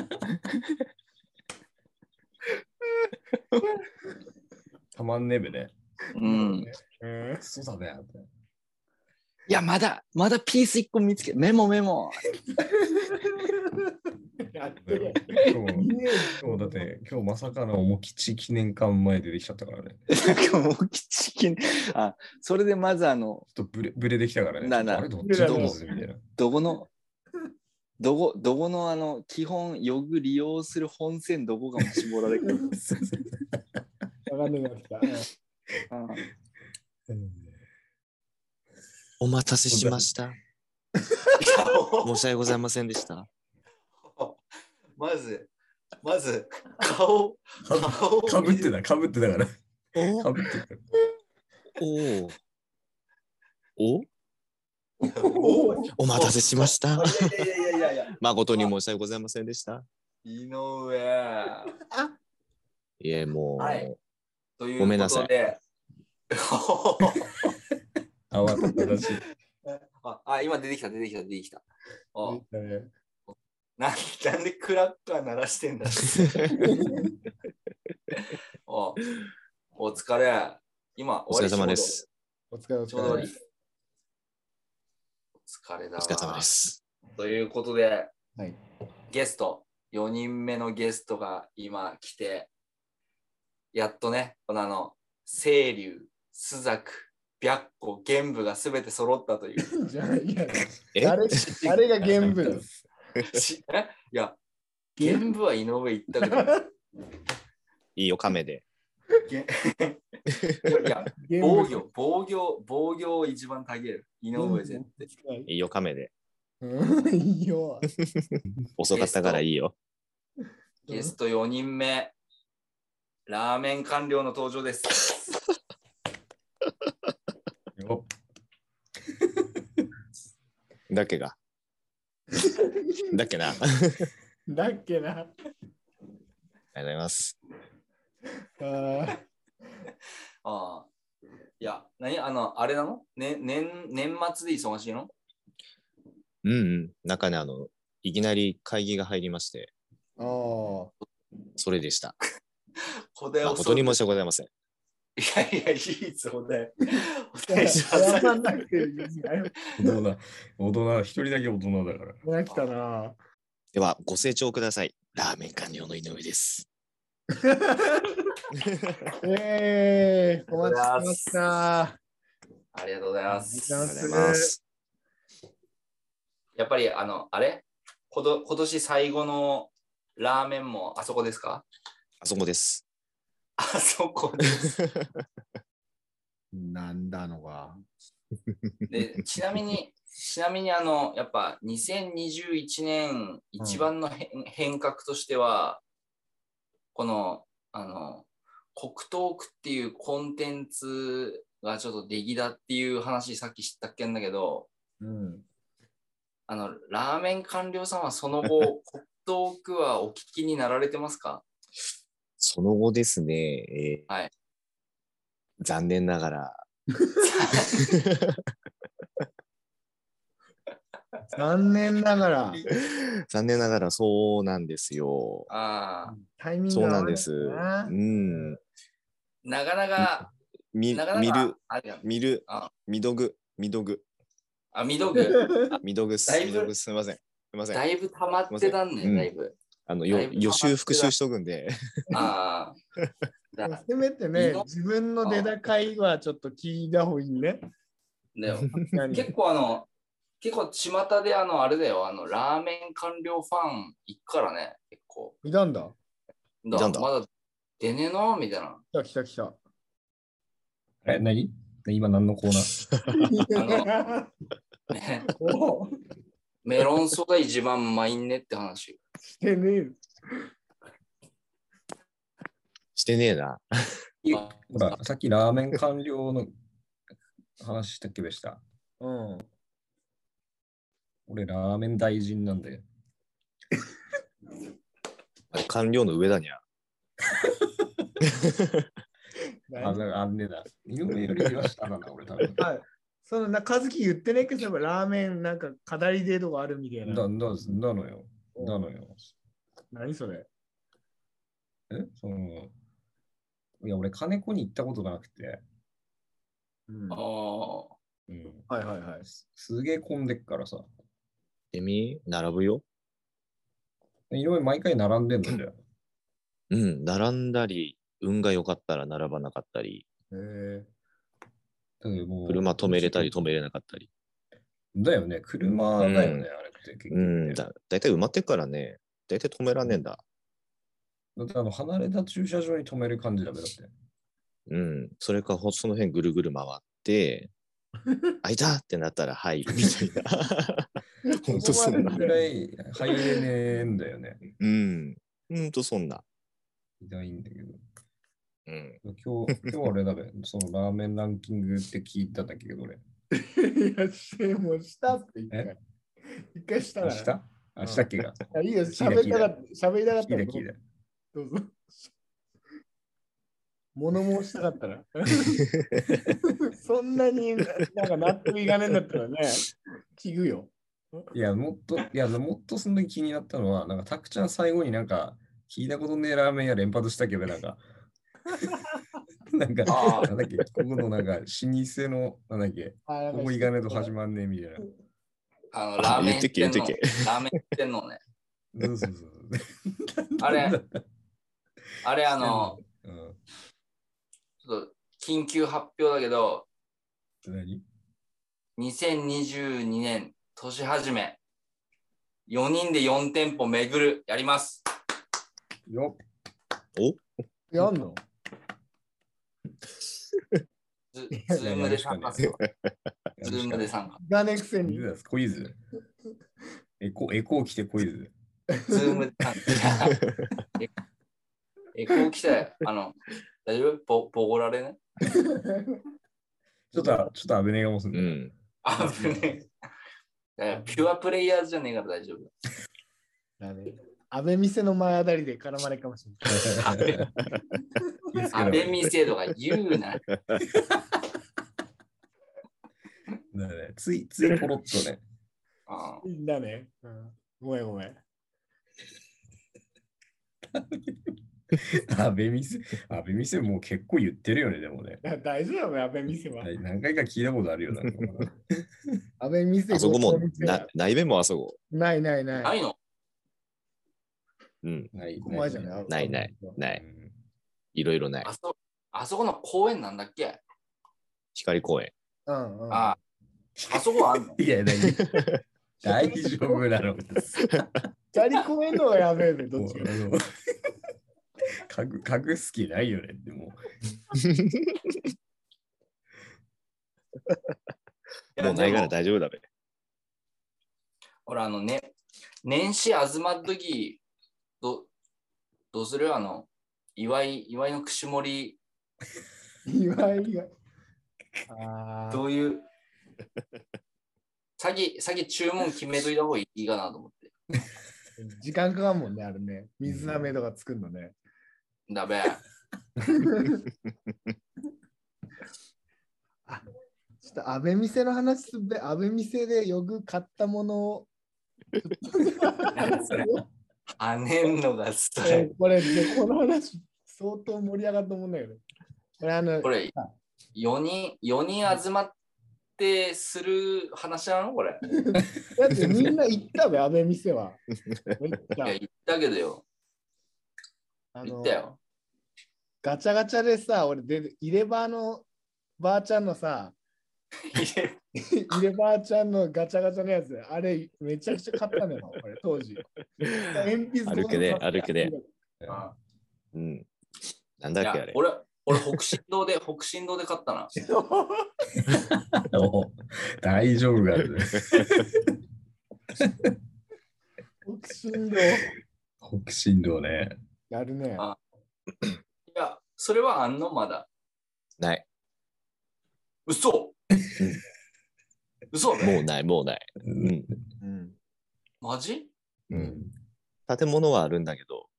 Speaker 3: たまんねえべね。
Speaker 2: うん。
Speaker 1: うん
Speaker 3: そうだね。って
Speaker 2: いや、まだ、まだピース1個見つけ、メモメモ。
Speaker 1: やってるやん
Speaker 3: 今日、
Speaker 1: ね
Speaker 3: 今日だって、今日まさかの重吉記念館前出てきちゃったからね。ちょ
Speaker 2: なんかもうきちきあ、それでまずあの、
Speaker 3: っとブレブレできたからね。
Speaker 2: なな
Speaker 3: あれどっちだろうみた いな。
Speaker 2: どこの、どこ、どこのあの、基本、よく利用する本線どこかも絞られる。
Speaker 1: えわかんねえなってきた。うん
Speaker 2: うん
Speaker 5: お待たせしました。申し訳ございませんでした。
Speaker 2: まず、まず、顔、顔を
Speaker 3: かぶってた、かぶってたから。
Speaker 5: お
Speaker 3: かぶってた。
Speaker 5: おお
Speaker 2: おー
Speaker 5: お待たせしました。
Speaker 2: いやいやいやいや、
Speaker 5: 誠に申し訳ございませんでした。
Speaker 2: 井上。
Speaker 5: いえ、もう、
Speaker 2: はいということで
Speaker 5: ごめんなさい。
Speaker 3: 慌ただしい。
Speaker 2: ああ、今出てきた、出てきた、出てきた。あ
Speaker 1: できたね
Speaker 2: なんなんでクラッカー鳴らしてんだおお疲れ。今、
Speaker 5: お疲れ様です。
Speaker 1: お疲れお
Speaker 2: ちょうど
Speaker 1: 疲
Speaker 2: い
Speaker 1: れ
Speaker 2: い。。お疲れだ
Speaker 5: お
Speaker 2: わ
Speaker 5: 疲れ様で。す。
Speaker 2: ということで、
Speaker 1: はい
Speaker 2: ゲスト、4人目のゲストが今来て、やっとね、このあの、清流、朱雀、白虎、玄武がすべて揃ったと いう。
Speaker 1: じゃあいや
Speaker 5: え
Speaker 1: 誰誰が原文です
Speaker 2: しえいや、玄武は井上行ったけど、
Speaker 5: いいよ、亀で。
Speaker 2: 玄いやいや、
Speaker 1: 原
Speaker 2: 防
Speaker 1: 文
Speaker 2: 御、防御、防御を一番たげる。井上絶対。
Speaker 5: いいよ、亀で。
Speaker 1: うんいいよ。
Speaker 5: 遅かったからいいよ。
Speaker 2: ゲスト4人目、ラーメン官僚の登場です。
Speaker 3: よ
Speaker 5: だっけが。だっけな。ありがと
Speaker 1: だっけな。
Speaker 5: うございます。
Speaker 1: あー
Speaker 2: ああ。いや、何あの、あれなの、ね、年年末で忙しいの
Speaker 5: うんうん。なんかね、あの、いきなり会議が入りまして、
Speaker 1: あー。
Speaker 5: それでした。
Speaker 2: 小手を
Speaker 5: 誠に申し訳ございません。
Speaker 2: いやいや、いい ぞ、お題。お題し
Speaker 1: 謝
Speaker 2: なさ
Speaker 1: ら
Speaker 2: い
Speaker 1: なくていいよ。
Speaker 3: 大人、大人、一人だけ大人だから。
Speaker 1: 来たな。
Speaker 5: では、ご清聴ください。ラーメン官僚の井上です。
Speaker 1: えー、お待ちしてました。
Speaker 2: ありがとうござい
Speaker 1: あ
Speaker 2: ま
Speaker 1: りがとうございます
Speaker 2: す。
Speaker 5: ありがとうございます。
Speaker 2: やっぱり、あの、あれこと今年最後のラーメンもあそこですか
Speaker 5: あそこです。
Speaker 2: あそこで
Speaker 1: なんだのが。
Speaker 2: で。ちなみに、ちなみに、あの、やっぱ2021年一番の変,、変革としては、この、あの、黒トークっていうコンテンツがちょっと出来だっていう話さっき知ったっけんだけど、
Speaker 1: うん。
Speaker 2: あの、ラーメン官僚さんはその後、黒トークはお聞きになられてますか
Speaker 5: その後ですね、えー
Speaker 2: はい
Speaker 5: 残念ながら、
Speaker 1: 残念ながら、
Speaker 5: 残念ながらそうなんですよ。
Speaker 2: ああ、
Speaker 1: タイミング
Speaker 5: そう
Speaker 1: が合
Speaker 5: な
Speaker 1: わ
Speaker 5: ん
Speaker 1: い
Speaker 5: です。
Speaker 1: な
Speaker 5: うん。
Speaker 2: なかなか、
Speaker 5: み見
Speaker 2: なかなか
Speaker 5: る、、
Speaker 2: あれだね
Speaker 5: 見る
Speaker 2: あ、
Speaker 5: 見どぐ、見どぐ、
Speaker 2: あ、見とく。
Speaker 5: 見どぐっす、
Speaker 2: だいぶ
Speaker 5: 見どぐっす、すみません。すみませ
Speaker 2: だ
Speaker 5: ん。
Speaker 2: いぶ溜まってたん
Speaker 5: う
Speaker 2: ね、
Speaker 5: ん
Speaker 2: だいぶ。
Speaker 5: あの、
Speaker 2: だい
Speaker 5: よ
Speaker 2: ぶ
Speaker 5: 予習復習しとくんで。
Speaker 2: ああ。だだ
Speaker 1: せめて
Speaker 2: いい
Speaker 1: ね
Speaker 2: の、
Speaker 1: 自分の出た回はちょっと聞いた方がいいね。
Speaker 2: よ
Speaker 1: 何
Speaker 2: 結構あの、結構巷であの、あれだよ、あの、ラーメン官僚ファン行くからね、結構。
Speaker 1: いたんだ。
Speaker 2: だ
Speaker 5: なんだ
Speaker 2: まだ出ねえのみたいな。
Speaker 1: 来た来た来た。
Speaker 3: え、何今何のコーナー
Speaker 2: ね
Speaker 1: おー
Speaker 2: メロンソダ一番うまいんねって話。
Speaker 1: してねえ。
Speaker 5: してねえ
Speaker 2: あ
Speaker 5: な。
Speaker 3: ほら、さっきラーメン完了の話したっけでした。
Speaker 1: うん。
Speaker 3: 俺、ラーメン大臣なんで。
Speaker 5: あれ、官僚の上だにゃ。
Speaker 3: あ、なんかあんねえだ。夢よりは下だな、俺多分。
Speaker 1: はい。そのな、和樹言ってねえけど、ラーメンなんか語り出とかあるみたい
Speaker 3: だ、
Speaker 1: な。
Speaker 3: だ、なのよ。なのよ。
Speaker 1: 何それ
Speaker 3: えその、いや、俺、金子に行ったことがなくて、
Speaker 1: うん
Speaker 2: あ
Speaker 1: は
Speaker 2: ー。
Speaker 3: うん、
Speaker 1: いはいはい。
Speaker 3: すすげえ混んでっからさ、
Speaker 5: えみ、並ぶよ。
Speaker 3: いろいろ毎回並んでんのじゃん。
Speaker 5: うん、並んだり、運が良かったら並ばなかったり、
Speaker 1: え
Speaker 3: でもう
Speaker 5: 車止めれたり止めれなかったり。
Speaker 3: だよね、車だよね、
Speaker 5: うん
Speaker 3: あれって結局
Speaker 5: う
Speaker 3: ね、
Speaker 5: ん、だだいたい埋まってっからね、だいたい止めらんねえんだ。
Speaker 3: だってあの離れた駐車場に止める感じだべ、だって。
Speaker 5: うん、それかほその辺ぐるぐる回って、開いたってなったら入るみたいな。ほんとそん
Speaker 1: こ
Speaker 5: な
Speaker 1: こま。
Speaker 3: ぐらい入れねえんだよね。
Speaker 5: うん、ほんとそんな。
Speaker 3: いないんだけど。
Speaker 5: うん、
Speaker 3: 今日、今日あれだべ、そのラーメンランキングって聞いたんだけど、俺。
Speaker 1: ー、いや、してもうしたって一回。一回した
Speaker 3: 明
Speaker 1: ら。
Speaker 3: 日明日っけが。
Speaker 1: あいいよ、
Speaker 3: 聞いた
Speaker 1: 喋りたかった。喋りたかっ
Speaker 3: 聞
Speaker 1: た
Speaker 3: い
Speaker 1: ら
Speaker 3: た聞いた。
Speaker 1: どうぞ。物申したかった ら。そんなになんか納得いかねえんだったらね、聞くよ。
Speaker 3: いや、もっと、いや、もっとその時気になったのは、なんか、たくちゃん最後になんか、聞いたことねえラーメン屋連発したけど、なん か、なんか、
Speaker 2: あー
Speaker 3: なんだっけ、ここのなんか、老舗の、なんだっけ、
Speaker 1: あ
Speaker 3: ここいがねと始
Speaker 1: ま
Speaker 3: まんねえみたいな。
Speaker 2: あの、ラーメン
Speaker 5: 言ってけ言ってけ
Speaker 2: のラーメンってんのね。
Speaker 3: そうそうそう
Speaker 2: あれあれ、あ の、
Speaker 3: うん。
Speaker 2: ちょっと緊急発表だけど、
Speaker 3: 何
Speaker 2: 2022年年始め、4人で4店舗巡る、やります。
Speaker 3: よっ
Speaker 1: やんの
Speaker 2: ズズームで参加する。ズームで
Speaker 3: や
Speaker 2: 参
Speaker 1: いがねくせ
Speaker 3: るし
Speaker 1: に
Speaker 3: かない。クイズ。エコ、エコー来てクイズ。
Speaker 2: 加。ズームで参 加。ええ、こう来て、あの、大丈夫ボボコられね。
Speaker 3: ちょっと、ちょっと危ねえかもすん
Speaker 5: う
Speaker 3: ね。
Speaker 5: ん。
Speaker 2: あぶねえ。いやピュアプレイヤーズじゃねえから大丈夫。
Speaker 1: だね。安倍店の前あたりで絡まれるかもしれない。
Speaker 3: いいっすけど
Speaker 2: アベミ制度が言 うな。
Speaker 3: だからねつい、ついポロッとね。
Speaker 2: あ
Speaker 1: だね、うん。ごめんごめん。
Speaker 3: 安倍店、安倍店もう結構言ってるよね、でもね。
Speaker 1: いや大丈夫よ、安倍店は。
Speaker 3: はい何回か聞いたことあるよな。
Speaker 1: 安倍店
Speaker 5: あそこ
Speaker 1: ご
Speaker 5: も
Speaker 1: 存知
Speaker 5: な、ないべもあそこ。
Speaker 1: ないないない。
Speaker 2: ないの
Speaker 5: うん、
Speaker 3: ない
Speaker 1: ここまでじゃない
Speaker 5: ないない。な。
Speaker 3: ないい。うん
Speaker 5: いろいろない
Speaker 2: あ。そあそこの公園なんだっけ
Speaker 5: 光公園。
Speaker 1: うんうん。
Speaker 2: ああそこあんの
Speaker 6: いや、大丈夫大
Speaker 1: 光
Speaker 6: 丈夫だろう。
Speaker 1: 光公園のはやべえね、ど
Speaker 6: も
Speaker 1: っ
Speaker 6: う
Speaker 1: ちか。
Speaker 6: あの 家具家具好きないよねっても
Speaker 5: もうないから
Speaker 2: だ。
Speaker 5: 大丈夫だべ。
Speaker 2: ほら、あのね、年始アズマッドギー、ど、どうするあの、岩井、岩井の串盛り、
Speaker 1: 岩井 が。ああ。
Speaker 2: どういう。先、先注文決めといた方がいいかなと思って。
Speaker 1: 時間かかるもんね、あれね。水飴とか作るのね。
Speaker 2: だべ。
Speaker 1: ちょっと安倍店の話すべ、安倍店でよく買ったものを。
Speaker 2: 何それ跳ねんのがそ
Speaker 1: え
Speaker 2: れ。
Speaker 1: ーこれ、 でこの話、相当盛り上がったもんだよね。これ、あの
Speaker 2: こ、れ、4人、4人集まってする話なのこれ。
Speaker 1: だってみんな行ったべ、安倍店は。行っ
Speaker 2: い
Speaker 1: た
Speaker 2: や、言ったけどよ。
Speaker 1: あ
Speaker 2: 言
Speaker 1: の
Speaker 2: ったよ。
Speaker 1: ガチャガチャでさ、俺で、入れ歯のばあちゃんのさ、 入れ歯ちゃんのガチャガチャのやつ、あれ、めちゃくちゃ買ったのよ、俺、当時。鉛筆
Speaker 5: 歩くね歩 くね。うん。なんだ
Speaker 2: い
Speaker 5: っけあ
Speaker 2: や
Speaker 5: れ。
Speaker 2: 俺、俺、北神堂で、北神堂で買ったな。
Speaker 6: うもう大丈夫だろうね
Speaker 1: 北進道。
Speaker 6: 北進道ね
Speaker 1: やるね。
Speaker 2: あいや、それはあんのまだ。
Speaker 5: ない。
Speaker 2: 嘘嘘
Speaker 5: もうない、もうない。
Speaker 6: う
Speaker 5: うんん。
Speaker 1: うん。
Speaker 2: マジ
Speaker 6: うん
Speaker 5: 建物はあるんだけど、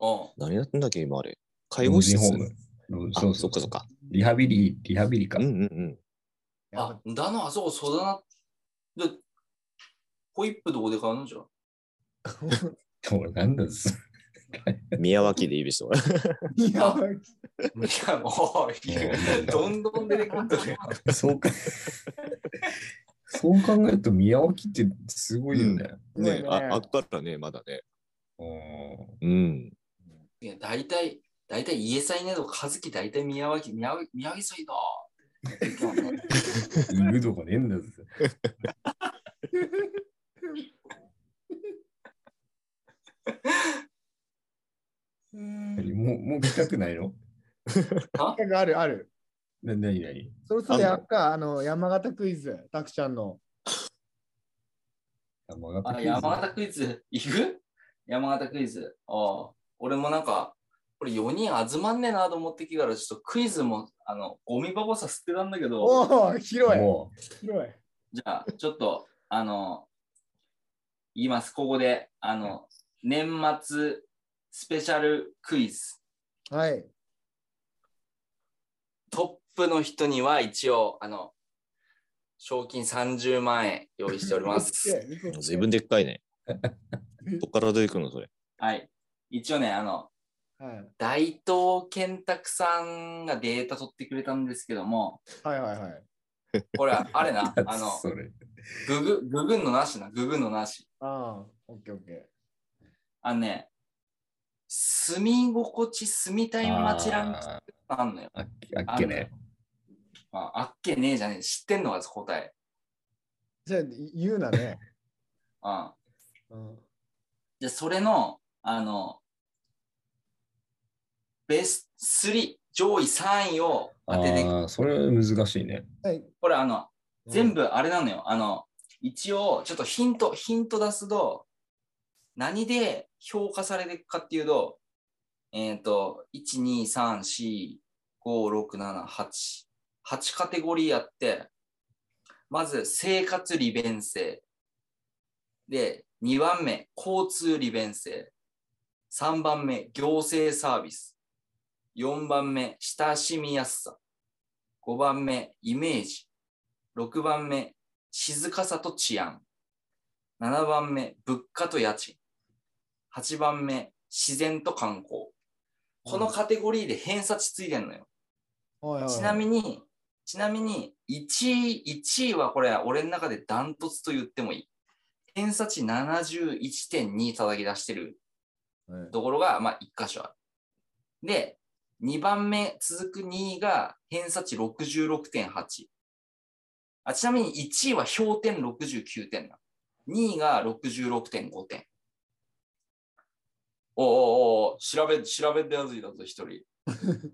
Speaker 2: うん。
Speaker 5: 何やってんだっけ、今あれ。介護施設
Speaker 6: 老人ホームそ
Speaker 5: あ、そうう
Speaker 6: そう
Speaker 5: そっかそっか。
Speaker 6: リハビリリハビリか、
Speaker 5: うんうんうん。
Speaker 1: やっ
Speaker 2: あ、だの、あそこ育な。で、ホイップどこで買うのじゃ。
Speaker 6: もうなんだっす
Speaker 5: 宮脇でいいでしょ。
Speaker 1: ぱいや
Speaker 2: いや、もういや、どんどん出てくるんだよ。
Speaker 6: そうかそう考えると宮脇ってすごいよね、
Speaker 1: ごいね
Speaker 5: ねあ、あっからね、まだね。
Speaker 6: うん
Speaker 5: うん。
Speaker 2: いや、大体、大体、家さいねとか、和樹大体宮脇、宮脇、宮脇さいだ。
Speaker 6: 行くとこねえんだぜ。何もう、もう来たくないの
Speaker 1: があるある。
Speaker 6: な、なになに
Speaker 1: そろそろやっか、あの、山形クイズ、たくちゃんの。
Speaker 6: 山形
Speaker 2: あ、
Speaker 6: クイズ
Speaker 2: 山形クイズ、行く山形クイズ。ああ、俺もなんか、これ4人集まんねえなと思ってきたから、ちょっとクイズも、あの、ゴミ箱さ捨てたんだけど、
Speaker 1: おお、広い。
Speaker 6: も
Speaker 1: 広い。
Speaker 2: じゃあ、ちょっと、あの、言います。ここで、あの、年末スペシャルクイズ。
Speaker 1: はい。
Speaker 2: トップの人には一応、あの、賞金30万円用意しております。
Speaker 5: 随分でっかいね。どっから出てくるのそれ。
Speaker 2: はい。一応ね、あの、
Speaker 1: はい
Speaker 2: 大東健拓さんがデータ取ってくれたんですけども、
Speaker 1: はいはいはい。
Speaker 2: これ、あ れな
Speaker 6: う、、
Speaker 2: あの、
Speaker 6: それ。
Speaker 2: ググ、ググんのなしな、ググんのなし。
Speaker 1: ああ、オッケーオッケ
Speaker 2: あのね、住み心地、住みたい街ランキング
Speaker 6: あ
Speaker 2: あんのよ。
Speaker 6: ーあっけあっけね。
Speaker 2: ああっけねえじゃねえ、知ってんのが答え。
Speaker 1: ー。じゃあ、言うなね。
Speaker 2: うん。
Speaker 1: うん
Speaker 2: で、それの、あの、ベスト3、上位3位を
Speaker 6: あ
Speaker 2: 当てて、
Speaker 6: あ、それは難しいね。
Speaker 1: はい。
Speaker 2: これあの、全
Speaker 1: 部。
Speaker 2: 部あれなのよ。あの、一応、ちょっとヒント、ヒント出すと、何で評価されていくかっていうと、えっ、と、1、2、3、4、5、6、7、8。8カテゴリーあって、まず、生活利便性。で、2番目、交通利便性。3番目、行政サービス。4番目、親しみやすさ。5番目、イメージ。6番目、静かさと治安。7番目、物価と家賃。8番目、自然と観光。このカテゴリーで偏差値ついてんのよ。ちなみ
Speaker 1: に。
Speaker 2: に、ちなみに、1位、1位はこれ、俺の中でダントツと言ってもいい。偏差値71.2叩き出してる
Speaker 1: はい
Speaker 2: ところが、まあ、1箇所ある。で、 2番目続く2位が偏差値66.8あ。ちなみに1位は氷点69点な。2位が66.5点。おおおお、調べ、調べてやついだぞ、一人。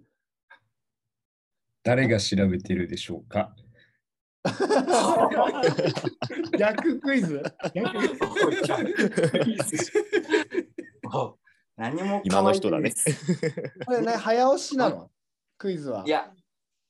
Speaker 3: 誰が調べてるでしょうか
Speaker 1: 逆クイズ逆
Speaker 2: あ何も
Speaker 5: 今の人だね。
Speaker 1: これね、早押しなのクイズは。
Speaker 2: いや、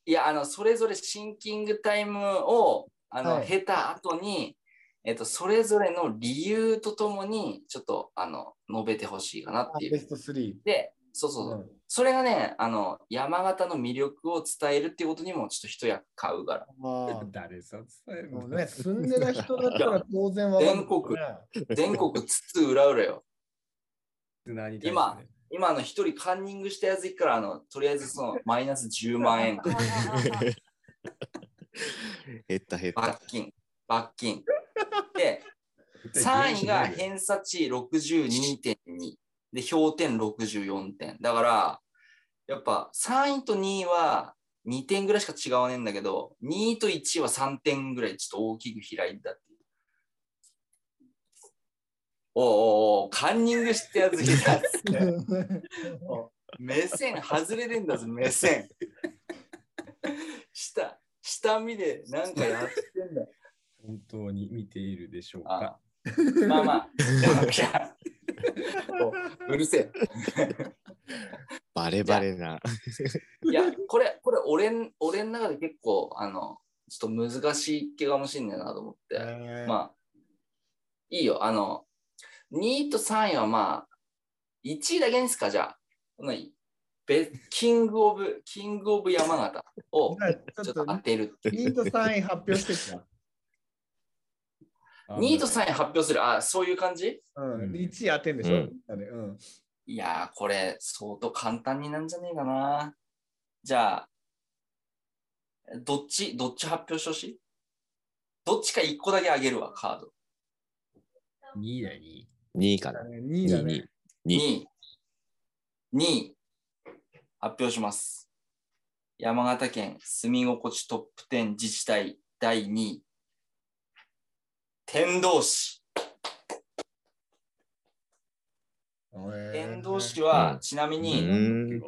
Speaker 2: いや、あの、それぞれシンキングタイムを、あの、
Speaker 1: はい
Speaker 2: 経た後に、えっと、それぞれの理由とともに、ちょっと、あの、述べてほしいかな
Speaker 1: あ
Speaker 2: ってい
Speaker 1: ベ
Speaker 2: う。
Speaker 1: スト3。
Speaker 2: で、そうそうそうう。
Speaker 1: ん
Speaker 2: それがね、あの、山形の魅力を伝えるっていうことにも、ちょっと一役買 うから。
Speaker 1: まあ
Speaker 3: 誰さ伝
Speaker 1: もうね、住んでた人だったら当然わかる、ね
Speaker 2: 全。国、全国つつ裏裏よ。
Speaker 6: 今
Speaker 2: 今、今、あの、一人カンニングしたやついっから、あの、とりあえずその、マイナス10万円、
Speaker 5: 減った減った
Speaker 2: 罰。金、罰金。で、3位が偏差値62.2で氷点64点だからやっぱ3位と2位は2点ぐらいしか違わねえんだけど2位と1位は3点ぐらいちょっと大きく開いたっていうおうおうおうカンニングしてやつ来たっつって 目線外れてんだぞ目線下下見でなんかやってんだよ
Speaker 3: 本当に見ているでしょう
Speaker 2: あ
Speaker 3: か
Speaker 2: まあまあ。いやうるせ
Speaker 5: バレバレな。
Speaker 2: え。いや、これ、これ俺ん、俺の中で結構、あの、ちょっと難しい系かもしんないなと思って。
Speaker 1: えー
Speaker 2: まあ、いいよ。あの、2位と3位はまあ、1位だけにすか、じゃあ。このべキングオブ、キングオブ山形を
Speaker 1: じゃあ ちょっ
Speaker 2: ちょっと
Speaker 1: と
Speaker 2: 当てる。
Speaker 1: 2位と3位発表してき
Speaker 3: あ
Speaker 2: 2位と3位発表する。あ、そういう感じ
Speaker 1: た。う
Speaker 3: うん
Speaker 1: ん、1位当てんでしょ、
Speaker 5: うん
Speaker 1: あれうん
Speaker 2: いやー、これ、相当簡単になんじゃねえかな。じゃあ、どっち、どっち発表してほしいどっちか1個だけあげるわ、カード。
Speaker 3: 2位だ2
Speaker 5: 2位か
Speaker 1: だ
Speaker 5: な。
Speaker 1: ね2
Speaker 5: 2
Speaker 1: 位だ
Speaker 5: 位、
Speaker 1: ね。
Speaker 2: 2
Speaker 5: 2位。
Speaker 2: 位。2位。発表します。山形県住み心地トップ10自治体第2位。天童市。天童市は、
Speaker 5: うん
Speaker 2: ちなみ
Speaker 5: う
Speaker 2: に、
Speaker 5: ーん。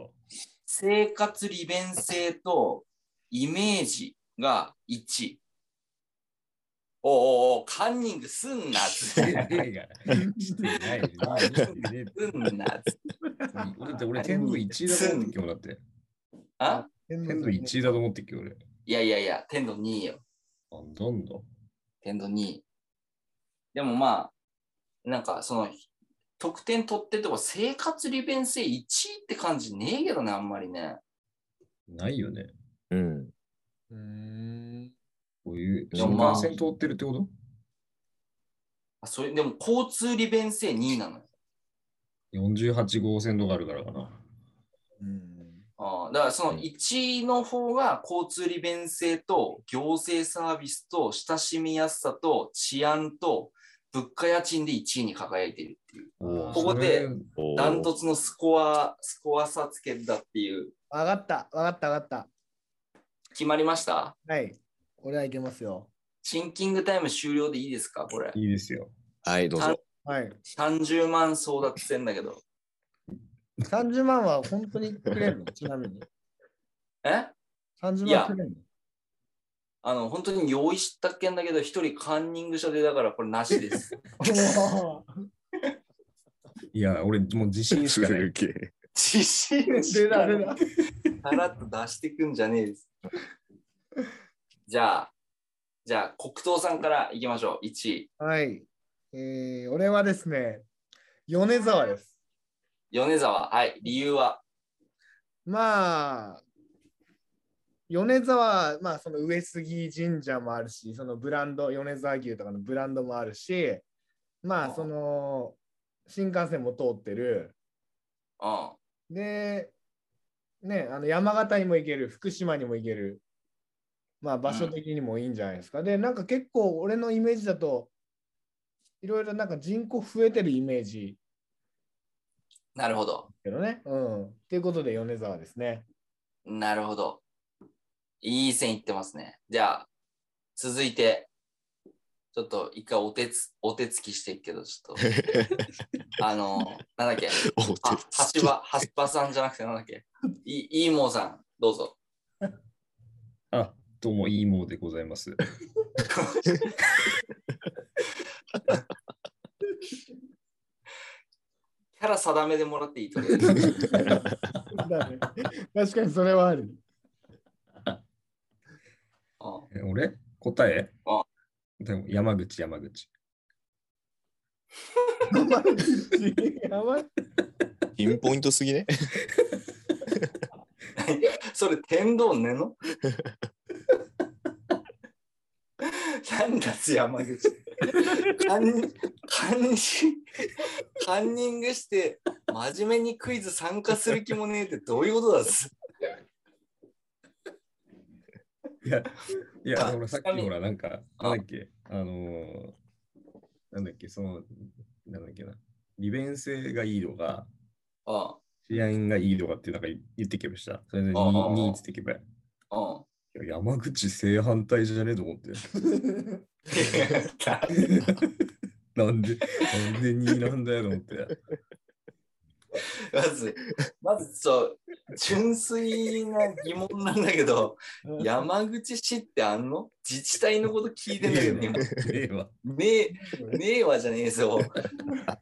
Speaker 2: 生活利便性とイメージが1。おうおうおうカンニングすんなっつって。
Speaker 3: してないからしてないよ
Speaker 2: すんなっつって。
Speaker 3: だって俺天童1位だと思って今日だって
Speaker 2: あ
Speaker 1: 天
Speaker 3: 天童1位だと思って今日俺
Speaker 2: いやいやいや、天童2位よ。
Speaker 3: あどんどん
Speaker 2: 天童2位。でもまあ、なんかその、得点取ってとか生活利便性1位って感じねえけどね、あんまりね。
Speaker 3: ないよね
Speaker 5: うん。
Speaker 1: うん
Speaker 3: こういう
Speaker 5: でも
Speaker 3: 新
Speaker 5: まあ
Speaker 3: 幹線通ってるってこと
Speaker 2: あそれでも交通利便性2位なのよ。
Speaker 3: 48号線とかあるからかな。
Speaker 1: うん
Speaker 2: ああだからその1位の方が交通利便性と行政サービスと親しみやすさと治安と物価家賃で1位に輝いてるっていう
Speaker 1: おー
Speaker 2: ここで
Speaker 5: おー
Speaker 2: ダントツのスコアスコア差つけたっていう
Speaker 1: わかった、わかった、わかっ
Speaker 2: 決まりました
Speaker 1: た。はい。これはいけますよ。
Speaker 2: シンキングタイム終了でいいですかこれ
Speaker 3: いいですよ。
Speaker 5: はい、どうぞ。
Speaker 1: はい。
Speaker 2: 30万争奪戦だけど
Speaker 1: 30万は本当にくれるのちなみに。
Speaker 2: え
Speaker 1: 30
Speaker 2: いや
Speaker 1: 万くれ るの
Speaker 2: あの本当に用意したっけんだけど1人カンニング者でだからこれなしです
Speaker 1: お
Speaker 3: いや、俺もう自信しかない。
Speaker 5: すげえ
Speaker 2: 自信
Speaker 1: ー出た出た。
Speaker 2: さらっと出してくんじゃねえです。じゃあ、じゃあ、黒糖さんからいきましょう。1位、
Speaker 1: はい。えー、俺はですね、米沢です。
Speaker 2: 米沢。はい、理由は。
Speaker 1: まあ、米沢、まあ、その上杉神社もあるし、そのブランド、米沢牛とかのブランドもあるし、まあ、その、新幹線も通ってる。
Speaker 2: うん。
Speaker 1: で、ね、あの山形にも行ける、福島にも行ける。まあ、場所的にもいいんじゃないですか。で、なんか結構、俺のイメージだと、いろいろなんか人口増えてるイメージ
Speaker 2: なるほど。
Speaker 1: けどね。うん。っていうことで、米沢ですね。
Speaker 2: なるほど。いい線いってますね。じゃあ、続いて、ちょっと一回お手つ、お手つきしていくけど、ちょっと、あの、なんだっけ、
Speaker 5: お手
Speaker 2: は、橋場、橋場さんじゃなくてなんだっけ、い、いいもうさん、どうぞ。
Speaker 3: あ、どうも、いいもうでございます。
Speaker 2: キャラ定めでもらっていいと思う。
Speaker 1: だね確かにそれはある。
Speaker 2: うん
Speaker 3: え俺答え
Speaker 2: あ
Speaker 3: でも、山口、山口。
Speaker 1: 山 口山
Speaker 5: ピンポイントすぎね。
Speaker 2: それ天丼ね のなんだす山口カンカンニカンニングして真面目にクイズ参加する気もねえってどういうことだっす
Speaker 3: いや、いや、
Speaker 2: あ
Speaker 3: でも俺さっ
Speaker 2: ちな
Speaker 3: き
Speaker 2: みに
Speaker 3: ほら、なんか、
Speaker 2: あ
Speaker 3: なんだっけ、あのーなんだっけ、その、なんだっけな、利便性がいいのが、
Speaker 2: うん
Speaker 3: 治安がいいのがってなんか言言ってきました。それで
Speaker 2: あああ
Speaker 3: 2位ってけばい
Speaker 2: うん
Speaker 3: や山口正反対じゃねえと 思って。なんで、なんで2位なんだよと思って。
Speaker 2: まずまずそう純粋な疑問なんだけど山口市ってあんの自治体のこと聞いてんだけど今
Speaker 3: ねえわ。
Speaker 2: ねえ、ねえわじゃねえぞ。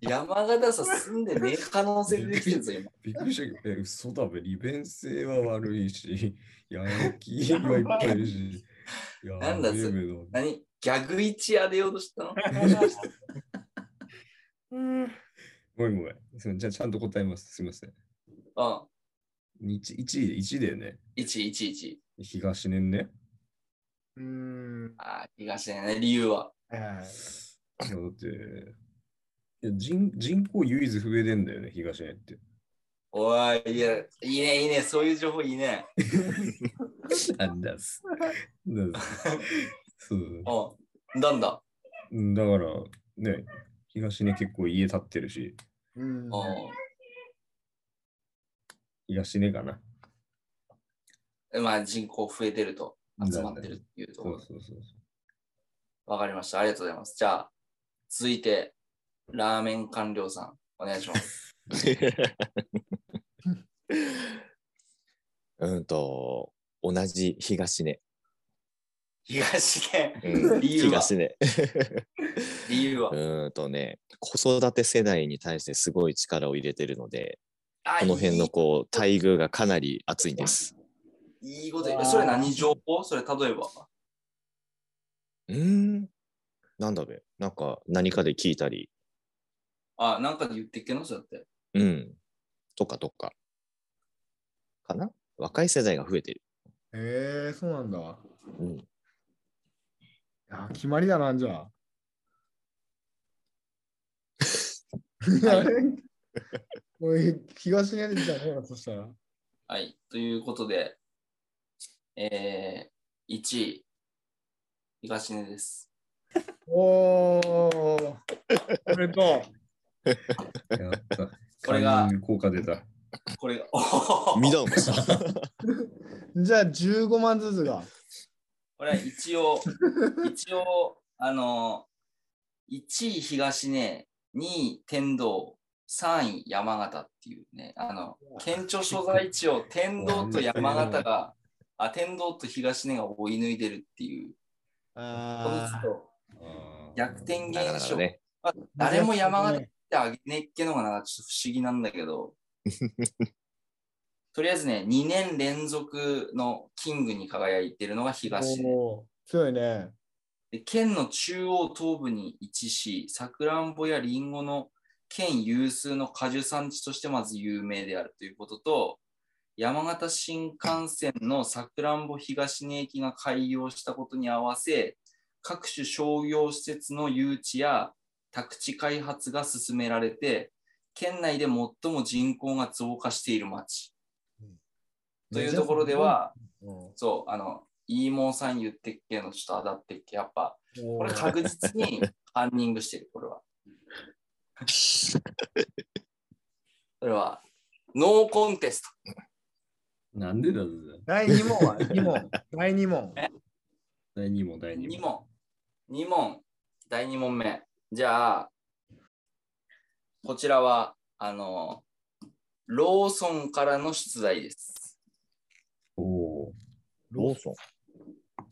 Speaker 2: 山形さ住んでねえ可能性出てきてるぞ、今。
Speaker 3: びっくりしたけど、え、嘘だべ、利便性は悪いし、やる気はいっぱいいるし。やべえ
Speaker 2: なんだそれ
Speaker 3: べ な
Speaker 2: 何ギャグ一当てようとしたの
Speaker 3: ごめんごめん。すいませんじゃあちゃんと答えます。すみません。
Speaker 2: うん。
Speaker 3: 1, 1位、1だよね。
Speaker 2: 111。
Speaker 3: 東年ね。
Speaker 1: うーん。
Speaker 2: ああ、東だね。理由は。
Speaker 1: はいはいはい
Speaker 3: いやだって、いや人人口唯一増えてんだよね、東年って。
Speaker 2: おい、いや、いいね、いいね。そういう情報いいね。
Speaker 3: なんだっす。なんだっ すそう
Speaker 2: うん。なんだ。
Speaker 3: うんだから、ね、東ね結構家建ってるし、
Speaker 1: うん
Speaker 2: うん。
Speaker 3: 東ねかな。
Speaker 2: まあ、人口増えてると。集まってるっていうとこ
Speaker 3: そ
Speaker 2: ろ
Speaker 3: う。そうそうそ
Speaker 2: わかりました。ありがとうございます。じゃあ、続いて、ラーメン官僚さん、お願いし ます。
Speaker 5: うんと、同じ東ね。
Speaker 2: 東ね。
Speaker 5: うん、
Speaker 2: 理由は
Speaker 5: 東ね。
Speaker 2: 理由は
Speaker 5: う。ーんとね、子育て世代に対してすごい力を入れてるので、
Speaker 2: あ
Speaker 5: この辺の
Speaker 2: い
Speaker 5: こう、待遇がかなり厚いんです。
Speaker 2: いいいこと言う。それ何情報それ例えば。
Speaker 5: うーん。なんだべ、なんか何かで聞いたり、
Speaker 2: あ、なんかで言ってっけのそれって。
Speaker 5: うん。とかとか。かな若い世代が増えてる。
Speaker 1: へえ、そうなんだ。
Speaker 5: うん。
Speaker 1: あ決まりだな、じゃあ。 もう東根でじゃねえわそしたら。
Speaker 2: はい。ということで、えー、1位、東根です。
Speaker 1: おー、おめでと
Speaker 3: う。やった。
Speaker 2: これが
Speaker 3: 勧誘効果出た。
Speaker 2: これが、おほほ
Speaker 5: 見
Speaker 2: ほ
Speaker 5: たもん さ。
Speaker 1: う。じゃあ15万ずつが。
Speaker 2: これは一応、一応、あの、1位東根、2位天童、3位山形っていうね、あの、県庁所在地を天童と山形が、あ、天童と東根が追い抜いてるっていう、このちょっ
Speaker 1: あ
Speaker 2: と 逆転現
Speaker 5: なかなか
Speaker 2: 象。
Speaker 5: ね。
Speaker 2: まあ
Speaker 1: ー
Speaker 2: 誰も山形
Speaker 1: 難
Speaker 2: っ
Speaker 1: して
Speaker 2: あげねえっけのがなんかちょっと不思議なんだ けど、とりあえずね、2年連続のキングに輝いてるのが
Speaker 1: い
Speaker 2: 東
Speaker 1: ね
Speaker 2: ね。
Speaker 1: おー強いね。
Speaker 2: で県の中央東部に位置し、さくらんぼやりんごの県有数の果樹産地としてまず有名であるということと、山形新幹線のさくらんぼ東根駅が開業したことに合わせ、各種商業施設の誘致や宅地開発が進められて、県内で最も人口が増加している町。というところでは、
Speaker 1: うん、
Speaker 2: そう、あの、いいもんさん言ってっけのちょっと当たってっけ、やっぱ、こ
Speaker 1: こ
Speaker 2: れ確実にカンニングしてる、これは。れは、ノーコンテスト。
Speaker 3: なんでだぜ。
Speaker 1: 第2問は、2問。第2問。
Speaker 3: 第2問、第2
Speaker 2: 2
Speaker 3: 問。
Speaker 2: 問。2問。第2問目。じゃあ、こちらは、あの、ローソンからの出題です。
Speaker 3: おお
Speaker 5: ローソン。
Speaker 3: ー、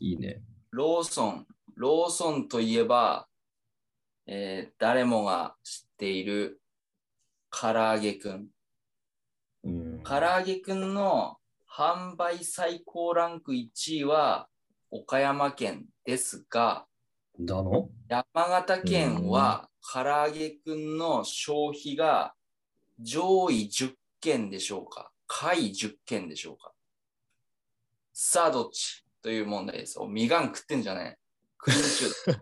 Speaker 3: いいね。
Speaker 2: ローソン。ローソンといえば、えー誰もが知っている、唐揚げくん。
Speaker 3: うん。
Speaker 2: 唐揚げくんの販売最高ランク1位は岡山県ですが、
Speaker 3: だの
Speaker 2: 山形県は唐揚げくんの消費が上位10件でしょうか下位10件でしょうかさあどっちという問題です。お、みがん食ってんじゃねえ。クリームシチュー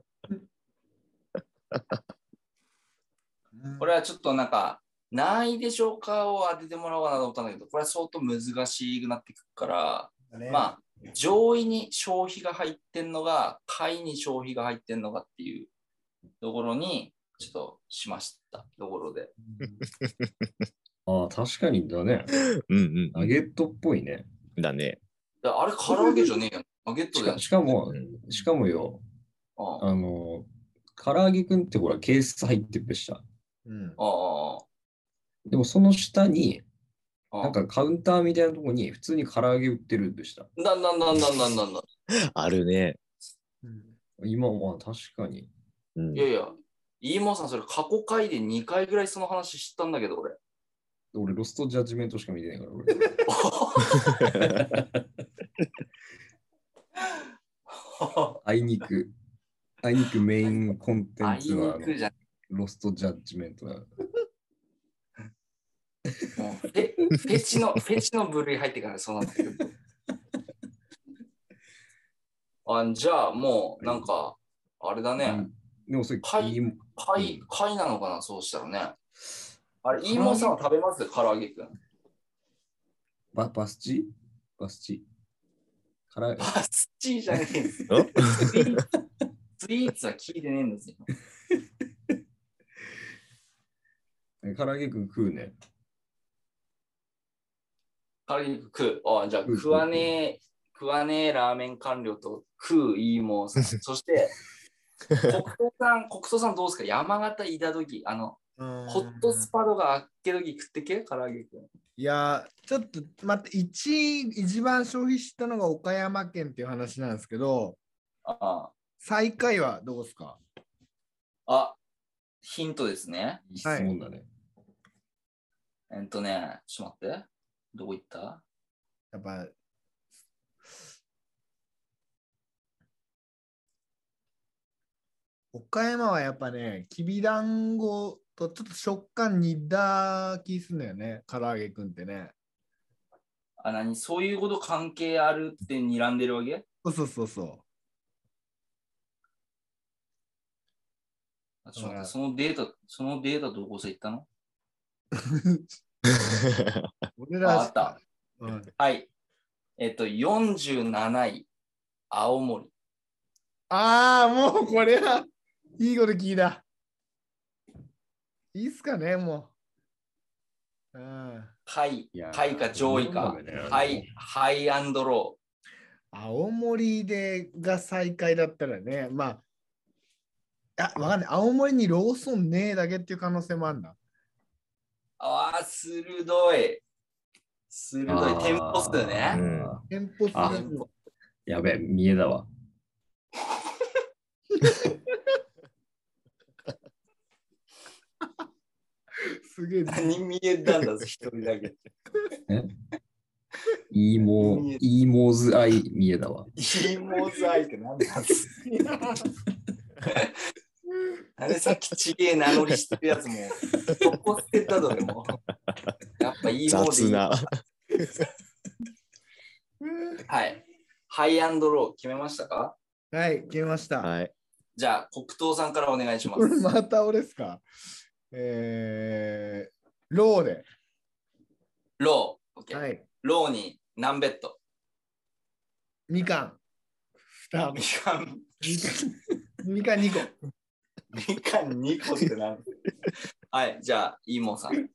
Speaker 2: だこれはちょっとなんか、何位でしょうかを当ててもらおうかなと思ったんだけど、これは相当難しくなってくるから、
Speaker 1: ね
Speaker 2: まあ、上位に消費が入ってんのが、下位に消費が入ってんのかっていうところに、ちょっとしましたところで。
Speaker 3: ああ、確かにだね。
Speaker 5: うんうん
Speaker 3: ナゲットっぽいね。
Speaker 5: うん。だね。
Speaker 2: だあれ、唐揚げじゃ ねえよ。ナゲット
Speaker 3: し
Speaker 2: じゃ
Speaker 3: か
Speaker 2: ん。
Speaker 3: しかも
Speaker 5: う、ん
Speaker 3: しかもよ、
Speaker 2: あああ
Speaker 3: あの、唐揚げくんってほら、ケース入ってるでした。
Speaker 1: うん
Speaker 2: あ
Speaker 3: でもその下に、
Speaker 2: ああ
Speaker 3: なんかカウンターみたいなとこに普通に唐揚げ売ってるんでした。
Speaker 2: なんなんなんなんなんなんなん。
Speaker 5: あるね。
Speaker 3: 今は確かに。
Speaker 5: うん
Speaker 2: いやいや、飯ーさん、それ過去回で2回ぐらいその話知ったんだけど、 俺。
Speaker 3: 俺、ロストジャッジメントしか見てないから、俺。 あいにく、あいにくメインコンテ
Speaker 2: あい
Speaker 3: ンツはあ
Speaker 2: に
Speaker 3: の
Speaker 2: くじゃん。
Speaker 3: ロストジャッジメントだ。
Speaker 2: もうフェフェチの、フェチの部類入ってからそうなってく る。あじゃあ、もう、なんか、あれだね。
Speaker 3: でもそれ、
Speaker 2: はい
Speaker 3: いい
Speaker 2: 貝、貝なのかな、そうしたらね。あれ、飯ーさんは食べます唐揚げくん。
Speaker 3: ババスチバスチから
Speaker 2: パスチーじゃねえんですよ
Speaker 5: ん
Speaker 2: スイーツスイーツは聞いてねえんですよ。
Speaker 3: 唐揚げくん食うね。
Speaker 2: 唐揚げ食う。あじゃあ
Speaker 3: うん
Speaker 2: 食わねえ、食わねえラーメン官僚と食ういいもんさん。そして、国藤さん、国藤さんどうですか山形いた時、あの、
Speaker 1: うん
Speaker 2: ホットスパドがあっけ時食ってけ唐揚げくん。
Speaker 1: いやーちょっと待って1位一番消費したのが岡山県っていう話なんですけど
Speaker 2: あ
Speaker 1: 最下位はどうですか
Speaker 2: あ、ヒントですね。
Speaker 3: いい質問だね。
Speaker 2: えっとね、ちょっと待って。どこ行った
Speaker 1: やっぱ岡山はやっぱねきびだんごとちょっと食感似た気すんだよね唐揚げくんってね
Speaker 2: あ、何そういうこと関係あるって睨んでるわけ
Speaker 1: そうそうそうそう
Speaker 2: あちょっと待
Speaker 1: う
Speaker 2: っ
Speaker 1: ん
Speaker 2: て、そのデータ、そのデータどこさ行ったの
Speaker 1: 俺らしか
Speaker 2: ああっ
Speaker 1: うん、
Speaker 2: はい。えっと、47位、青森。
Speaker 1: ああ、もうこれは、いいこと聞いた。いいっすかね、もう。うん、
Speaker 2: 下位
Speaker 3: いや、ー
Speaker 2: 下位か上位か
Speaker 3: そうなんだよね。
Speaker 2: ハイ、ハイアンドロ
Speaker 1: 青森でが再開だったらね、まあ、あ、わかんない。青森にローソンねえだけっていう可能性もあるんだ。
Speaker 2: ー。ああ、鋭い。鋭い。店舗数
Speaker 3: あー
Speaker 2: ね。
Speaker 1: 店舗数
Speaker 3: あ
Speaker 1: も
Speaker 3: やべえ、見えだわ。
Speaker 1: すげえ。
Speaker 2: 何見えたんだぞ、一人だけ。
Speaker 3: いいも
Speaker 2: 見え、
Speaker 3: いいもずあい、見えだわ。
Speaker 2: ヒモザイって何だっすあれさっきちげえ名乗りしてるやつも、そこ捨てたぞ、でも。やっぱいいもんでい
Speaker 5: 雑
Speaker 2: い。
Speaker 5: な。
Speaker 2: はい。ハイアンドロー決めましたか
Speaker 1: はい、決めました。
Speaker 5: はい。
Speaker 2: じゃあ、黒糖さんからお願いしま
Speaker 1: これ
Speaker 2: す。
Speaker 1: また俺っすか。えー、ローで。
Speaker 2: ロー。オッケー
Speaker 1: はい。
Speaker 2: ローに何ベッド
Speaker 1: みかん。二
Speaker 2: みかん、
Speaker 1: みかん2個。
Speaker 2: みかん2個ってなんはい、じゃあ、いいもんさん。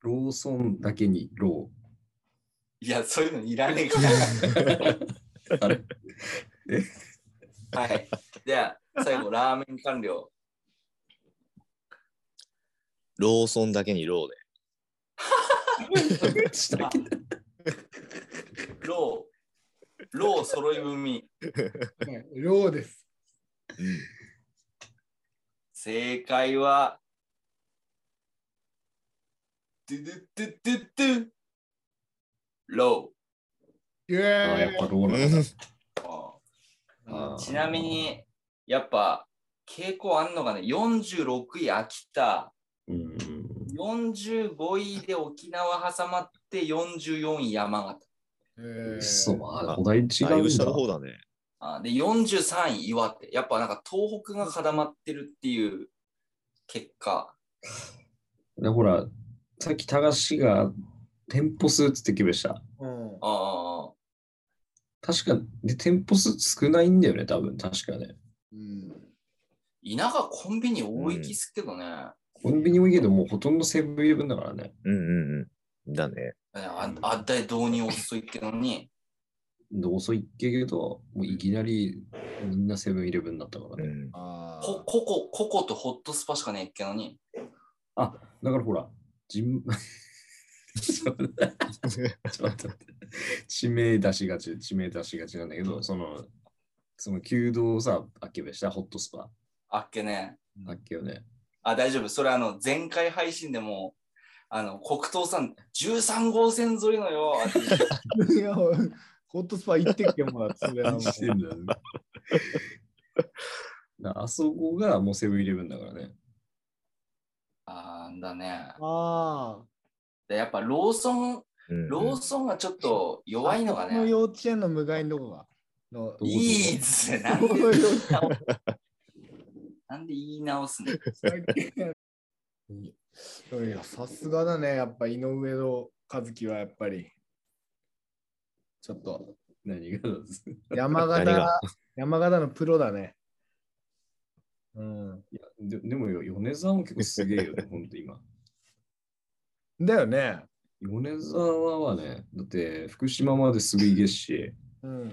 Speaker 3: ローソンだけにロ
Speaker 2: いや、そういうのいらねえから。
Speaker 3: あれ
Speaker 2: はい。じゃあ、最後、ラーメン完了。
Speaker 5: ローソンだけにローで。
Speaker 3: ー。
Speaker 2: あロー、ロー揃い踏み。
Speaker 1: ローです。
Speaker 2: 正解は、ドゥドゥドゥドゥドゥロ
Speaker 1: イエ
Speaker 3: あやっ
Speaker 1: ーイ
Speaker 3: ぱロー
Speaker 5: う
Speaker 3: なん
Speaker 5: ん
Speaker 3: だ。
Speaker 2: ーあ
Speaker 3: あ
Speaker 2: ー。
Speaker 3: ー
Speaker 2: ちなみに、やっぱ傾向あんのがね、46位秋田、
Speaker 3: うん
Speaker 2: 45位で沖縄挟まって44位山形。
Speaker 1: えー
Speaker 3: そう、あお題違
Speaker 5: だい
Speaker 3: うん
Speaker 5: ぶ下
Speaker 3: だ
Speaker 5: の。方だね。
Speaker 2: あーで、43位岩手。やっぱなんか東北が固まってるっていう結果。
Speaker 3: で、ほら、さっき、たがしが店舗数つってきました。
Speaker 1: うん
Speaker 2: あ
Speaker 3: 確か、で、店舗数少ないんだよね、多分、確かね。
Speaker 1: うん
Speaker 2: あ、田舎コンビニ多い気すっけどね。
Speaker 3: コンビニ多いけど、もうほとんどセブンイレブンだからね。
Speaker 5: うんうんうん。だね。
Speaker 2: えああったい導入遅いけどに、
Speaker 3: で遅いっけけど、もういきなりみんなセブンイレブンだったから
Speaker 5: う
Speaker 3: ね。
Speaker 5: ん。
Speaker 1: あ
Speaker 2: こココ、ココとホットスパしかねえっけのに、
Speaker 3: あ、だからほら、じん ちょっと待ってちょっと待って地名出しがち、地名出しがちなんだけど、その、その、弓道をさ、あっけべした、ホットスパ。
Speaker 2: あっけね。
Speaker 3: あっけよね。
Speaker 2: あ、大丈夫。それあの、前回配信でも、あの、黒糖さん、13号線沿いのよ。
Speaker 1: ーいや ホットスパ行ってきてもらってそれはもう
Speaker 3: してんだ よね。だあそこがもうセブンイレブンだからね。
Speaker 2: あーだね。
Speaker 1: あ
Speaker 2: でやっぱローソン、
Speaker 5: うん
Speaker 2: ローソンがちょっと
Speaker 1: あ。
Speaker 2: 弱いのが
Speaker 1: この
Speaker 2: ね。
Speaker 1: 幼稚園の無害のとこが。の
Speaker 3: どう
Speaker 2: いいですね。 なんで、 なんで言い直すの
Speaker 1: いや、さすがだね。やっぱ井上の和樹はやっぱり。ちょっと
Speaker 3: 何がなんですか
Speaker 1: 山
Speaker 5: 何
Speaker 1: 形
Speaker 5: が、
Speaker 1: 山形のプロだね。うん。
Speaker 3: いやででもよ、米沢も結構すげえよ ね、ほんと今。
Speaker 1: だよね。
Speaker 3: 米沢はね、だって福島まですぐ行けっし、
Speaker 1: うん。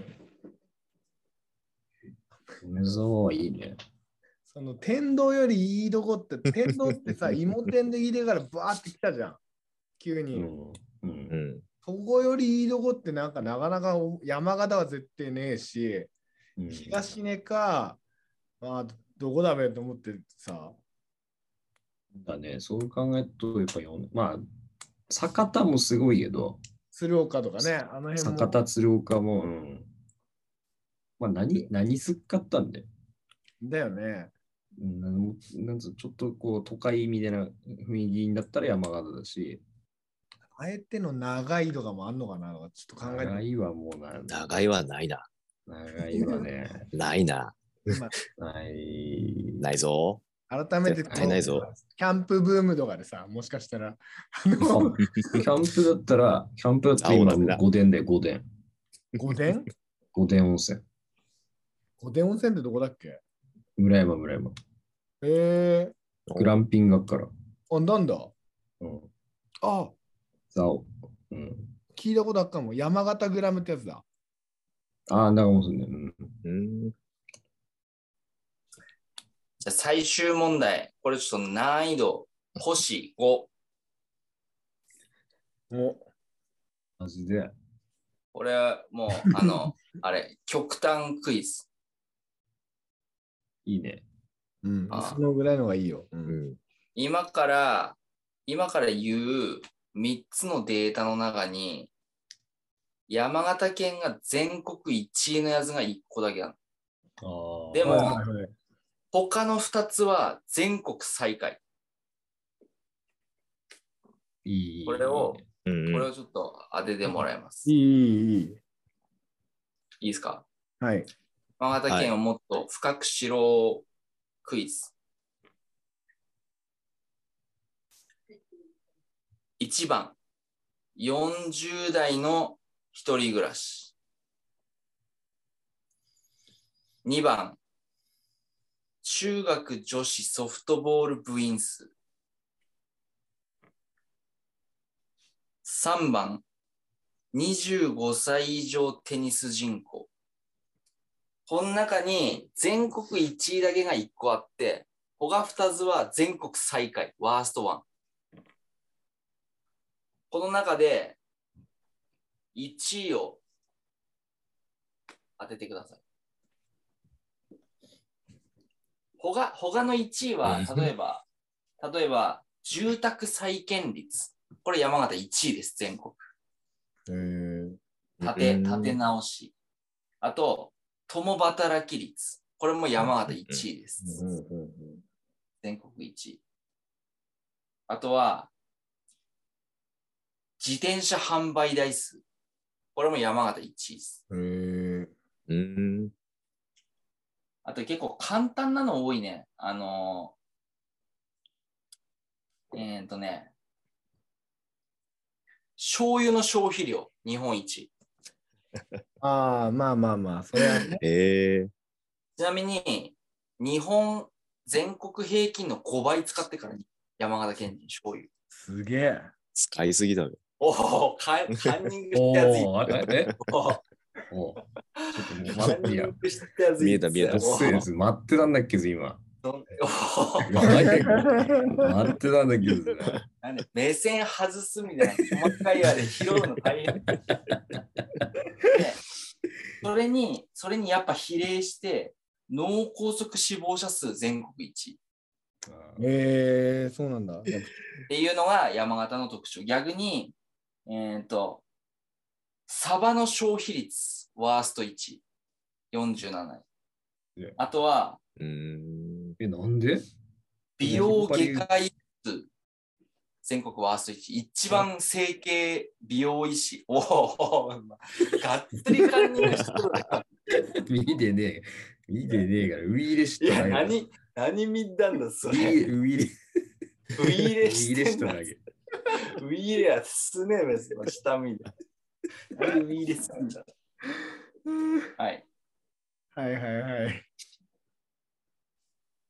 Speaker 3: 米沢はいいね。
Speaker 1: その天童よりいいとこ って、天童ってさ、芋天で入れからバーってきたじゃん。急
Speaker 3: う
Speaker 1: に。
Speaker 3: ん。う、
Speaker 5: うんん。
Speaker 1: そこよりいいとこってなんかなかなかお山形は絶対ねえし、
Speaker 3: うん
Speaker 1: 東根か、まあ、どこだべと思ってさ、
Speaker 3: だね、そう考えると、やっぱ米、まあ、酒田もすごいけど、
Speaker 1: 鶴岡とかね、あの辺も。
Speaker 3: 酒田鶴岡も、うん。まあ、何、何すっかったんだよ。
Speaker 1: だよね。
Speaker 3: うんなんもなんつうちょっとこう都会みたいな雰囲気になったら山形だし、
Speaker 1: あえての長いとかもあんのかなとか、ちょっと考え
Speaker 3: 長
Speaker 1: て
Speaker 3: いはもうな、
Speaker 5: 長いはないな。
Speaker 3: 長いはね、
Speaker 5: ないな。
Speaker 1: 今
Speaker 3: ない。
Speaker 5: ないぞ。
Speaker 1: 改めてこ
Speaker 5: 絶対ないぞ
Speaker 1: の。キャンプブームとかでさ、もしかしたら、あ
Speaker 3: あ
Speaker 1: の、
Speaker 3: キャンプだったら、キャンプだったら今
Speaker 5: 青だね
Speaker 3: 5殿で5殿。
Speaker 1: 御殿
Speaker 3: 5殿温泉。
Speaker 1: 御殿温泉ってどこだっけ
Speaker 3: 村山村山。
Speaker 1: え
Speaker 3: グランピング学から。
Speaker 1: ー、あ、なんだ
Speaker 3: うん。
Speaker 1: あ、
Speaker 3: ザオ。うん。
Speaker 1: 聞いたことあっかも。山形グラムってやつだ。
Speaker 3: ああ、長本ね。うん。
Speaker 5: うん。
Speaker 2: じゃあ最終問題。これちょっと難易度、星5。
Speaker 1: お
Speaker 3: マジで。
Speaker 2: これはもう、あ の、あれ、極端クイズ。
Speaker 3: いいね。
Speaker 1: うん
Speaker 2: あ、
Speaker 1: そのぐらいのがいいよ。う
Speaker 5: うんん。
Speaker 2: 今から、今から言う3つのデータの中に、山形県が全国1位のやつが1個だけなの。
Speaker 3: ああ
Speaker 2: でも
Speaker 1: はいはいはい
Speaker 2: 他の2つは全国最下位。
Speaker 3: いい。
Speaker 2: これを
Speaker 3: いいね
Speaker 5: うん
Speaker 2: これをちょっと当ててもらいます。
Speaker 1: い
Speaker 2: い
Speaker 1: い、いい、いい。
Speaker 2: いですか
Speaker 1: はい。
Speaker 2: 山形県をもっと深く知ろうクイズ。1番、40代の一人暮らし。2番、中学女子ソフトボール部員数。 3番、25歳以上テニス人口。この中に全国1位だけが1個あって、他2つは全国最下位、ワーストワン。この中で1位を当ててください。他他の1位は、例えば、例えば、住宅再建率。これ山形1位です、全国。
Speaker 1: えー、
Speaker 2: 立て、
Speaker 5: うん
Speaker 2: 立て直し。あと、共働き率。これも山形1位です。
Speaker 1: うんうんうん
Speaker 2: 全国1位。あとは、自転車販売台数。これも山形1位です。
Speaker 1: うん、えー、
Speaker 5: うん。
Speaker 2: あと結構簡単なの多いね。あのーえっ、とね、醤油の消費量、日本一。
Speaker 1: ああ、まあまあまあ、それは ね、
Speaker 5: えー、
Speaker 2: ちなみに、日本全国平均の5倍使ってからに、山形県人醤油。
Speaker 1: すげえ。
Speaker 5: 使いすぎだろ。
Speaker 2: おお、カ ンカンニング
Speaker 3: お
Speaker 2: したやつい
Speaker 3: ー、あれ、 えおーちょっともう待ってや。
Speaker 5: 見えた見えた
Speaker 3: おっせえず、待ってたんだっけず、 今。
Speaker 2: お
Speaker 3: 待ってたんだけどね。
Speaker 2: なんで目線外すみたいな細かいあれ拾うの大 変。でそれに、それにやっぱ比例して、脳梗塞死亡者数全国一
Speaker 1: えー、そうなんだ。やっ
Speaker 2: っていうのが山形の特徴。逆に、えっ、と、サバの消費率、ワースト1、47
Speaker 3: ね
Speaker 2: 位。あとは、
Speaker 5: うーん。
Speaker 3: え、なんで
Speaker 2: 美容外科医数、全国ワースト1、一番整形美容医師。おお、がっつり管理してるな。
Speaker 3: 見てねえ。見てねえから、ウイイレし
Speaker 2: い
Speaker 3: て
Speaker 2: や、
Speaker 3: ない。
Speaker 2: 何、何見たんだ、そ
Speaker 3: ウイイ
Speaker 2: れ。
Speaker 3: レ、ウイイレ、
Speaker 2: ウィー
Speaker 3: ウ
Speaker 2: レ
Speaker 3: イイレ
Speaker 2: し
Speaker 3: してて
Speaker 2: んだ
Speaker 3: な。い。
Speaker 2: ウィーレやすねえべすよ、下 見で。なんでウィーレすんだ。はい、
Speaker 1: ぱはいはいはい。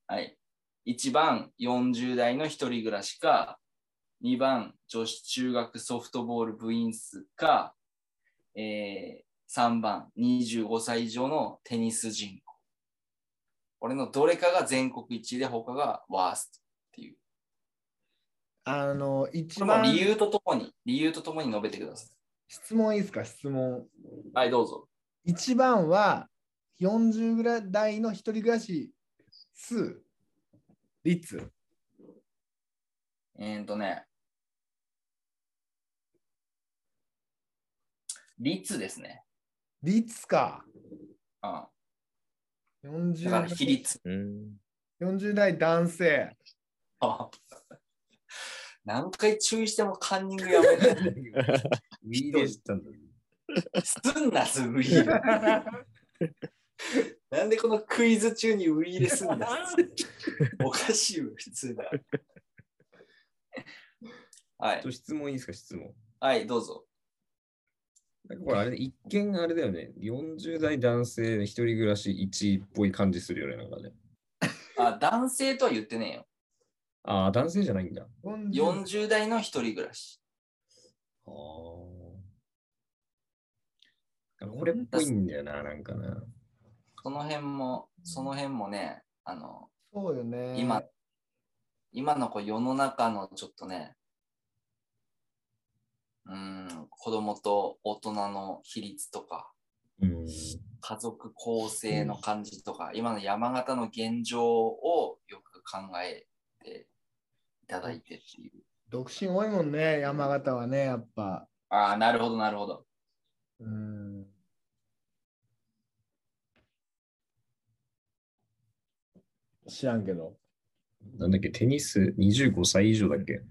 Speaker 2: はい。1番、40代の一人暮らしか、2番、女子中学ソフトボール部員数か、えー、3番、25歳以上のテニス人口。俺のどれかが全国1位で、他がワースト。
Speaker 1: あの、一
Speaker 2: これも
Speaker 1: 番
Speaker 2: 理由とともに、理由とともに述べてくださ
Speaker 1: 質問いいですか、質問。
Speaker 2: い。はい、どうぞ。
Speaker 1: 一番は40ぐらい代の一人暮らし数、率。
Speaker 2: えー、とね、率ですね。
Speaker 1: 率か。
Speaker 2: うん、
Speaker 1: 40
Speaker 2: だから比率。
Speaker 5: うん。
Speaker 1: 40代男性。
Speaker 2: あ 何回注意してもカンニングやめない。
Speaker 3: ウイイレしたんだ。
Speaker 2: すんな、すウイーレ。なんでこのクイズ中にウイーレすんだおかしいよ、普通だ。はい
Speaker 3: と、質問いいですか、質問。
Speaker 2: はい、どうぞ。
Speaker 3: なんかこれあれ、一見あれだよね。40代男性で一人暮らし1位っぽい感じするよね、なんかね。
Speaker 2: あ、男性とは言ってね
Speaker 3: ああ、男性じゃないんだ。
Speaker 2: えよ。40代の一人暮らし。
Speaker 3: ああ。これっぽいんだよな、なんかな。
Speaker 2: その辺も、その辺もね、あの、
Speaker 1: そうよね。
Speaker 2: 今、今のこう世の中のちょっとね、うーん、子供と大人の比率とか、
Speaker 3: うん。
Speaker 2: 家族構成の感じとか、今の山形の現状をよく考えていただいてっていう。
Speaker 1: 独身多いもんね、山形はね、やっぱ。
Speaker 2: ああ、なるほど、なるほど。
Speaker 1: うん。知らんけど。
Speaker 3: なんだっけ、テニス25歳以上だっけ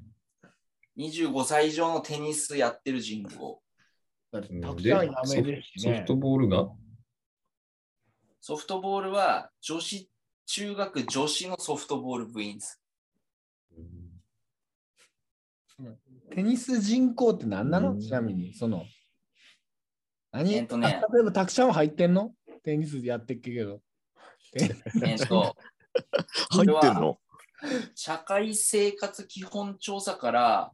Speaker 2: 25歳以上のテニスやってる人口。
Speaker 1: だって
Speaker 3: うん
Speaker 1: たくさんやめるし
Speaker 3: ソフ
Speaker 1: ね
Speaker 3: ト。ボールが
Speaker 2: ソフトボールは女子、中学女子のソフトボール部員数。
Speaker 1: テニス人口って何な
Speaker 5: う
Speaker 1: の
Speaker 5: ん
Speaker 1: ちなみに、その。何
Speaker 2: えっとね
Speaker 1: あ例えば、たくさんは入ってんのテニスやってっけけど。
Speaker 2: えっと、
Speaker 5: 入ってんの
Speaker 2: 社会生活基本調査から、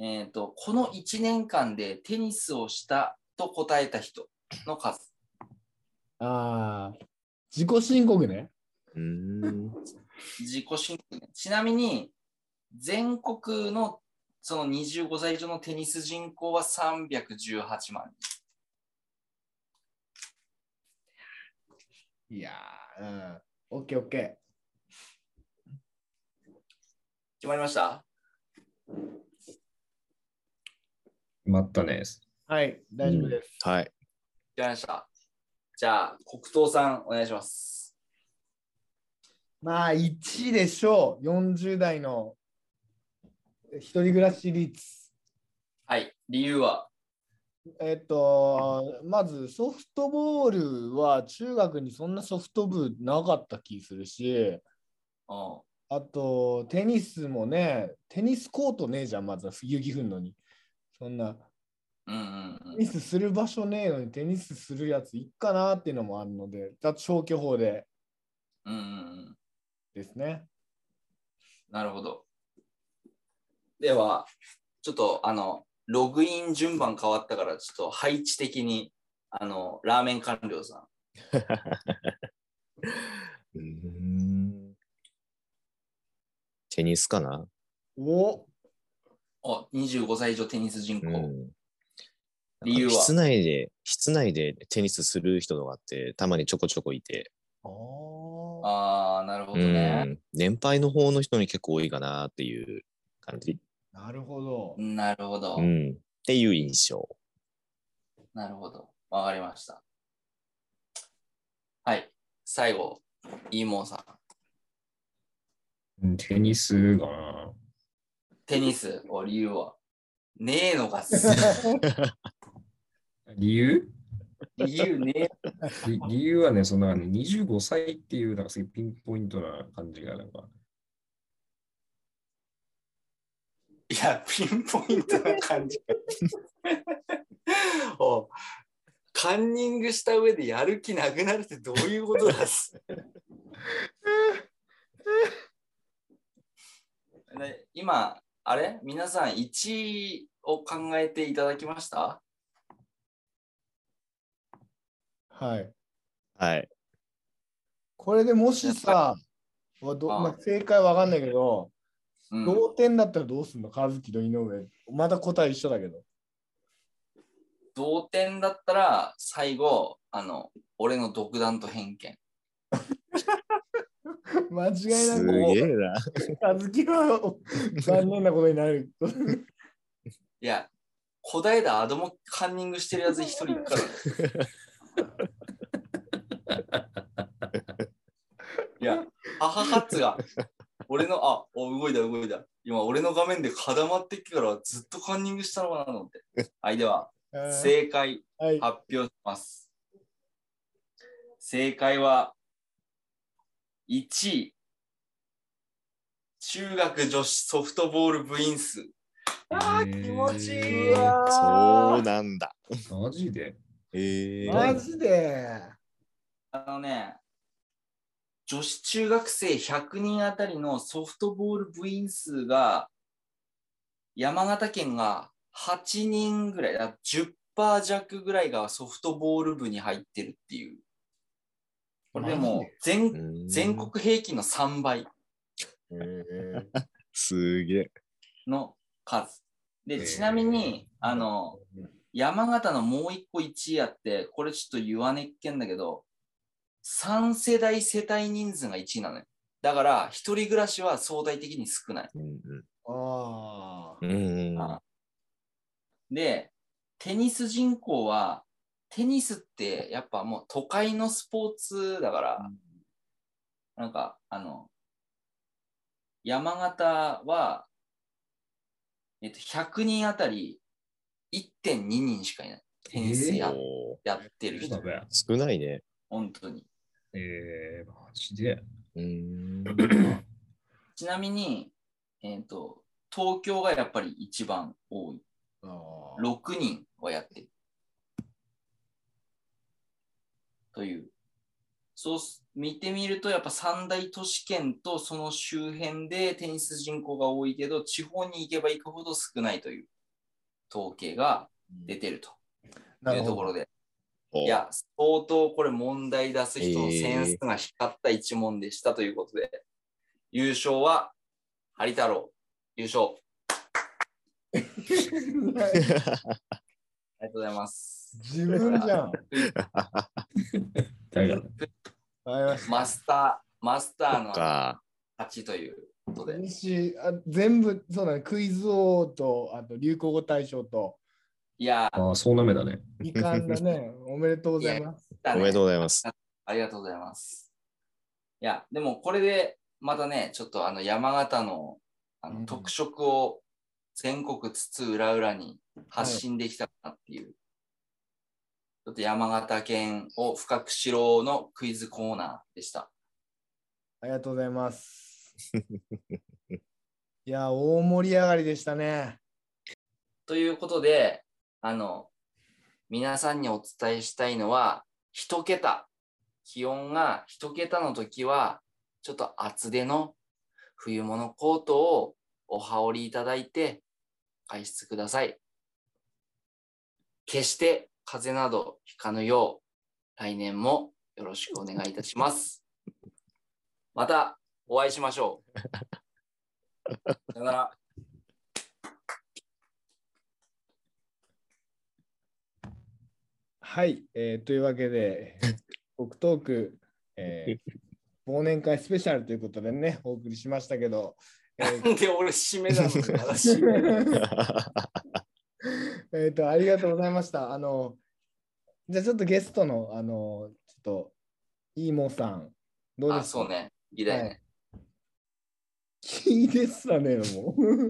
Speaker 2: えっ、と、この1年間でテニスをしたと答えた人の数。
Speaker 1: ああ、自己申告ね。
Speaker 5: うーん。
Speaker 2: 自己申告ね。ちなみに、全国のその25歳以上のテニス人口は318万人。
Speaker 1: いやー、うん。オッケーオッケ
Speaker 2: 決まりました
Speaker 3: まったね。
Speaker 1: ー。はい、大丈夫です。
Speaker 5: はい。
Speaker 2: 決まりました。じゃあ、黒糖さん、お願いします。
Speaker 1: まあ、1位でしょう。40代の一人暮らし率。
Speaker 2: はい、理由は
Speaker 1: えっと、まずソフトボールは中学にそんなソフト部なかった気するし、
Speaker 2: うん
Speaker 1: あとテニスもね、テニスコートねえじゃん、まず遊戯ふんのに。そんな、
Speaker 2: うんう
Speaker 1: テ
Speaker 2: んう
Speaker 1: ニ
Speaker 2: ん。
Speaker 1: スする場所ねえのにテニスするやついっかなっていうのもあるので、だ消去法で
Speaker 2: うんうんうん
Speaker 1: ですね。
Speaker 2: なるほど。では、ちょっとあの、ログイン順番変わったから、ちょっと配置的に、あの、ラーメン官僚さん。
Speaker 5: うーん。テニスかな
Speaker 1: お
Speaker 2: お、25歳以上テニス人口。
Speaker 5: うん。
Speaker 2: 理由は
Speaker 5: 室内で、室内でテニスする人とかって、たまにちょこちょこいて、
Speaker 1: あ
Speaker 2: ああ、なるほど
Speaker 5: う
Speaker 2: ね。
Speaker 5: ん。年配の方の人に結構多いかなっていう感じ。
Speaker 1: あ、なるほど。
Speaker 2: なるほど。
Speaker 5: うん。っていう印象。
Speaker 2: なるほど。わかりました。はい。最後、イーモーさん。
Speaker 3: うんテニスがな。
Speaker 2: テニスを理由 はねえのかっす。
Speaker 3: 理由
Speaker 2: 理由ねえ。
Speaker 3: り理由はね、そのなんかね25歳っていう、なんかすごいピンポイントな感じが、なんか、
Speaker 2: いや、ピンポイントな感じ。 おカンニングした上でやる気なくなるってどういうことだっす。 で今、あれ皆さん1位を考えていただきました
Speaker 1: はい。
Speaker 5: はい。
Speaker 1: これでもしさ、わど
Speaker 2: あー
Speaker 1: まあ、正解わかんないけど、
Speaker 2: うん
Speaker 1: 同点だったらどうすんの和樹と井上。また答え一緒だけど。
Speaker 2: 同点だったら最後あの俺の独断と偏見
Speaker 1: 間違いな
Speaker 5: す
Speaker 1: く、
Speaker 5: げえな。
Speaker 1: あずきは残念なことになる。
Speaker 2: いや小平あどもカンニングしてるやつ一人いるからいや母ハッツが俺のあお動いた動いた今俺の画面で固まってっからずっとカンニングしたのかなと思ってはいでは正解
Speaker 1: はい。
Speaker 2: 発表します。正解は、1位、中学女子ソフトボール部員数。あー、気持ちいい。
Speaker 5: そうなんだ。
Speaker 3: マジで
Speaker 5: ええ
Speaker 1: マジで。
Speaker 2: あのね、女子中学生100人あたりのソフトボール部員数が、山形県が8人ぐらい、だ10%弱ぐらいがソフトボール部に入ってるっていう。これで
Speaker 1: マジ
Speaker 2: も
Speaker 1: で
Speaker 2: 全
Speaker 5: うん
Speaker 2: 全国平均の3倍
Speaker 5: すげえ。
Speaker 2: の数。
Speaker 3: へ
Speaker 2: で、
Speaker 3: ー
Speaker 2: ちなみに、あの、山形のもう一個1位あって、これちょっと言わねっけんだけど、3世代世帯人数が1位なのよ。だから、一人暮らしは相対的に少ない。
Speaker 5: うん
Speaker 1: ああ
Speaker 5: う。ん。うんうん。
Speaker 2: あで、テニス人口は、テニスってやっぱもう都会のスポーツだから、なんか、あの、山形は、えっと、100人あたり1.2人しかいない。テニスや,、
Speaker 5: おー
Speaker 2: やってる
Speaker 3: そう
Speaker 2: 人
Speaker 3: だ、べ。
Speaker 5: 少ないね。
Speaker 2: 本当に。
Speaker 3: えー、マジで。
Speaker 5: うーん。
Speaker 2: ちなみに、えっと、東京がやっぱり一番多い。6人はやってる。という。そうす見てみると、やっぱ三大都市圏とその周辺でテニス人口が多いけど、地方に行けば行くほど少ないという統計が出てると
Speaker 1: な
Speaker 2: いう
Speaker 1: る
Speaker 2: と
Speaker 1: ほ
Speaker 2: こ
Speaker 1: ど。
Speaker 2: ろで、
Speaker 5: お
Speaker 2: いや、相当これ問題出す人のセンスが光った一問でしたということで、優勝は張太郎、優勝。ありがとうございます。
Speaker 1: 自分じゃん。わか
Speaker 3: だから、
Speaker 1: りまし
Speaker 2: マスター、マスター
Speaker 5: そ
Speaker 2: の
Speaker 5: っか。
Speaker 2: 勝ちということ
Speaker 1: た
Speaker 2: で。
Speaker 1: しあ全部、そうだね、クイズ王と、あと流行語大賞と、
Speaker 2: いやー、
Speaker 3: ああ、そうなめだね。
Speaker 1: 二冠だね。おめでとうございます。
Speaker 2: だ
Speaker 5: お
Speaker 2: ね
Speaker 5: めでとうございます。
Speaker 2: ありがとうございます。いや、でもこれでまたね、ちょっとあの山形のあ
Speaker 1: う
Speaker 2: の
Speaker 1: ん
Speaker 2: 特色を全国津々浦々に発信できたかなっていう。ちょっと山形県を深く知ろうのクイズコーナーでした。
Speaker 1: ありがとうございます。いや、大盛り上がりでしたね。
Speaker 2: ということで、あの、皆さんにお伝えしたいのは、一桁、気温が一桁の時は、ちょっと厚手の冬物コートをお羽織りいただいて、外出ください。決して風邪などひかぬよう、来年もよろしくお願いいたします。またお会いしましょう。さよなら。
Speaker 1: はい、えーというわけで、北東区、えー忘年会スペシャルということでね、お送りしましたけど、えー
Speaker 2: なんで俺締めなのに私締め
Speaker 1: えっと、ありがとうございました。あの、じゃあちょっとゲストの、あの、ちょっと、イーモさん、どうで
Speaker 2: あ、
Speaker 1: すか
Speaker 2: そうね。議題ね。
Speaker 1: いいですわね、もう。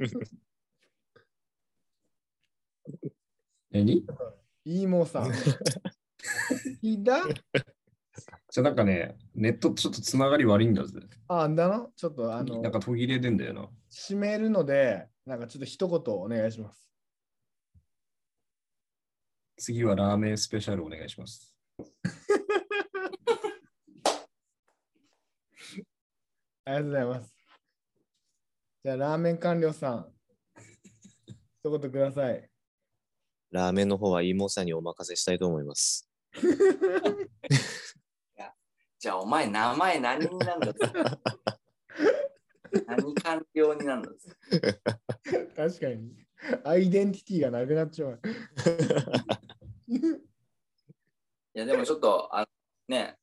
Speaker 3: 何
Speaker 1: イーモさん。いいだ
Speaker 3: じゃあなんかね、ネットちょっとつながり悪いんだぜ。
Speaker 1: あ、あんだのちょっと、あの
Speaker 3: なん、か途切れてんだよな。
Speaker 1: 締めるので、なんかちょっと一言お願いします。
Speaker 3: 次はラーメンスペシャルお願いします。
Speaker 1: ありがとうございます。じゃあ、ラーメン官僚さん、一言ください。
Speaker 5: ラーメンの方はイモさんにお任せしたいと思 います。
Speaker 2: じゃあお前名前何にな んだっつ何官僚になんだっつ
Speaker 1: 確かに。アイデンティティがなくなっちゃう。
Speaker 2: いやでもちょっと、あね、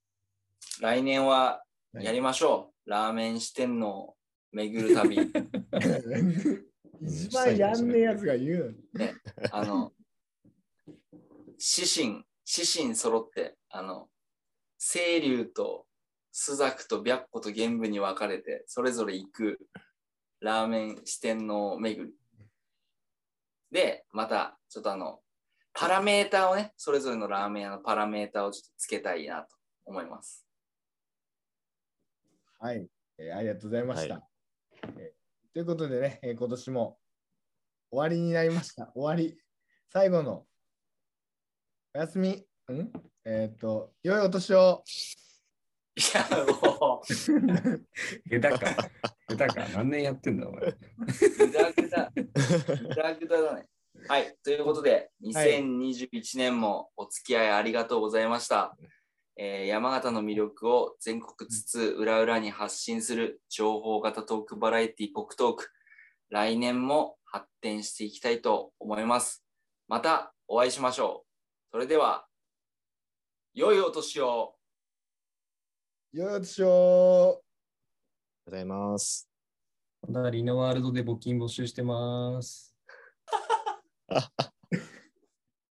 Speaker 2: 来年はやりましょう。ラーメン四天王を巡る旅。
Speaker 1: 一番やんねえやつが言う
Speaker 2: あの、四神、四神揃って、あの、清流と朱雀と白虎と玄武に分かれて、それぞれ行くラーメン四天王巡り。で、また、ちょっとあの、パラメーターをね、それぞれのラーメン屋のパラメーターをちょっとつけたいなと思います。
Speaker 1: の。はい、えーありがとうございました。
Speaker 5: は
Speaker 1: えーということでね、えー今年も終わりになりました。終わり。最後のおやすみ。んえっ、と、良いお年を。
Speaker 2: いや、も う、
Speaker 3: 下手か。下手か。何年やってんだ、お前。
Speaker 2: ぐだぐだ、ぐだぐだだね。はい、ということで、
Speaker 1: はい
Speaker 2: 2021年もお付き合いありがとうございました。えー山形の魅力を全国津々浦々に発信する情報型トークバラエティ国トーク。来年も発展していきたいと思います。またお会いしましょう。それでは、良いお年を。
Speaker 1: 良いお年を。
Speaker 5: ございます。
Speaker 6: まだリノワールドで募金募集してます。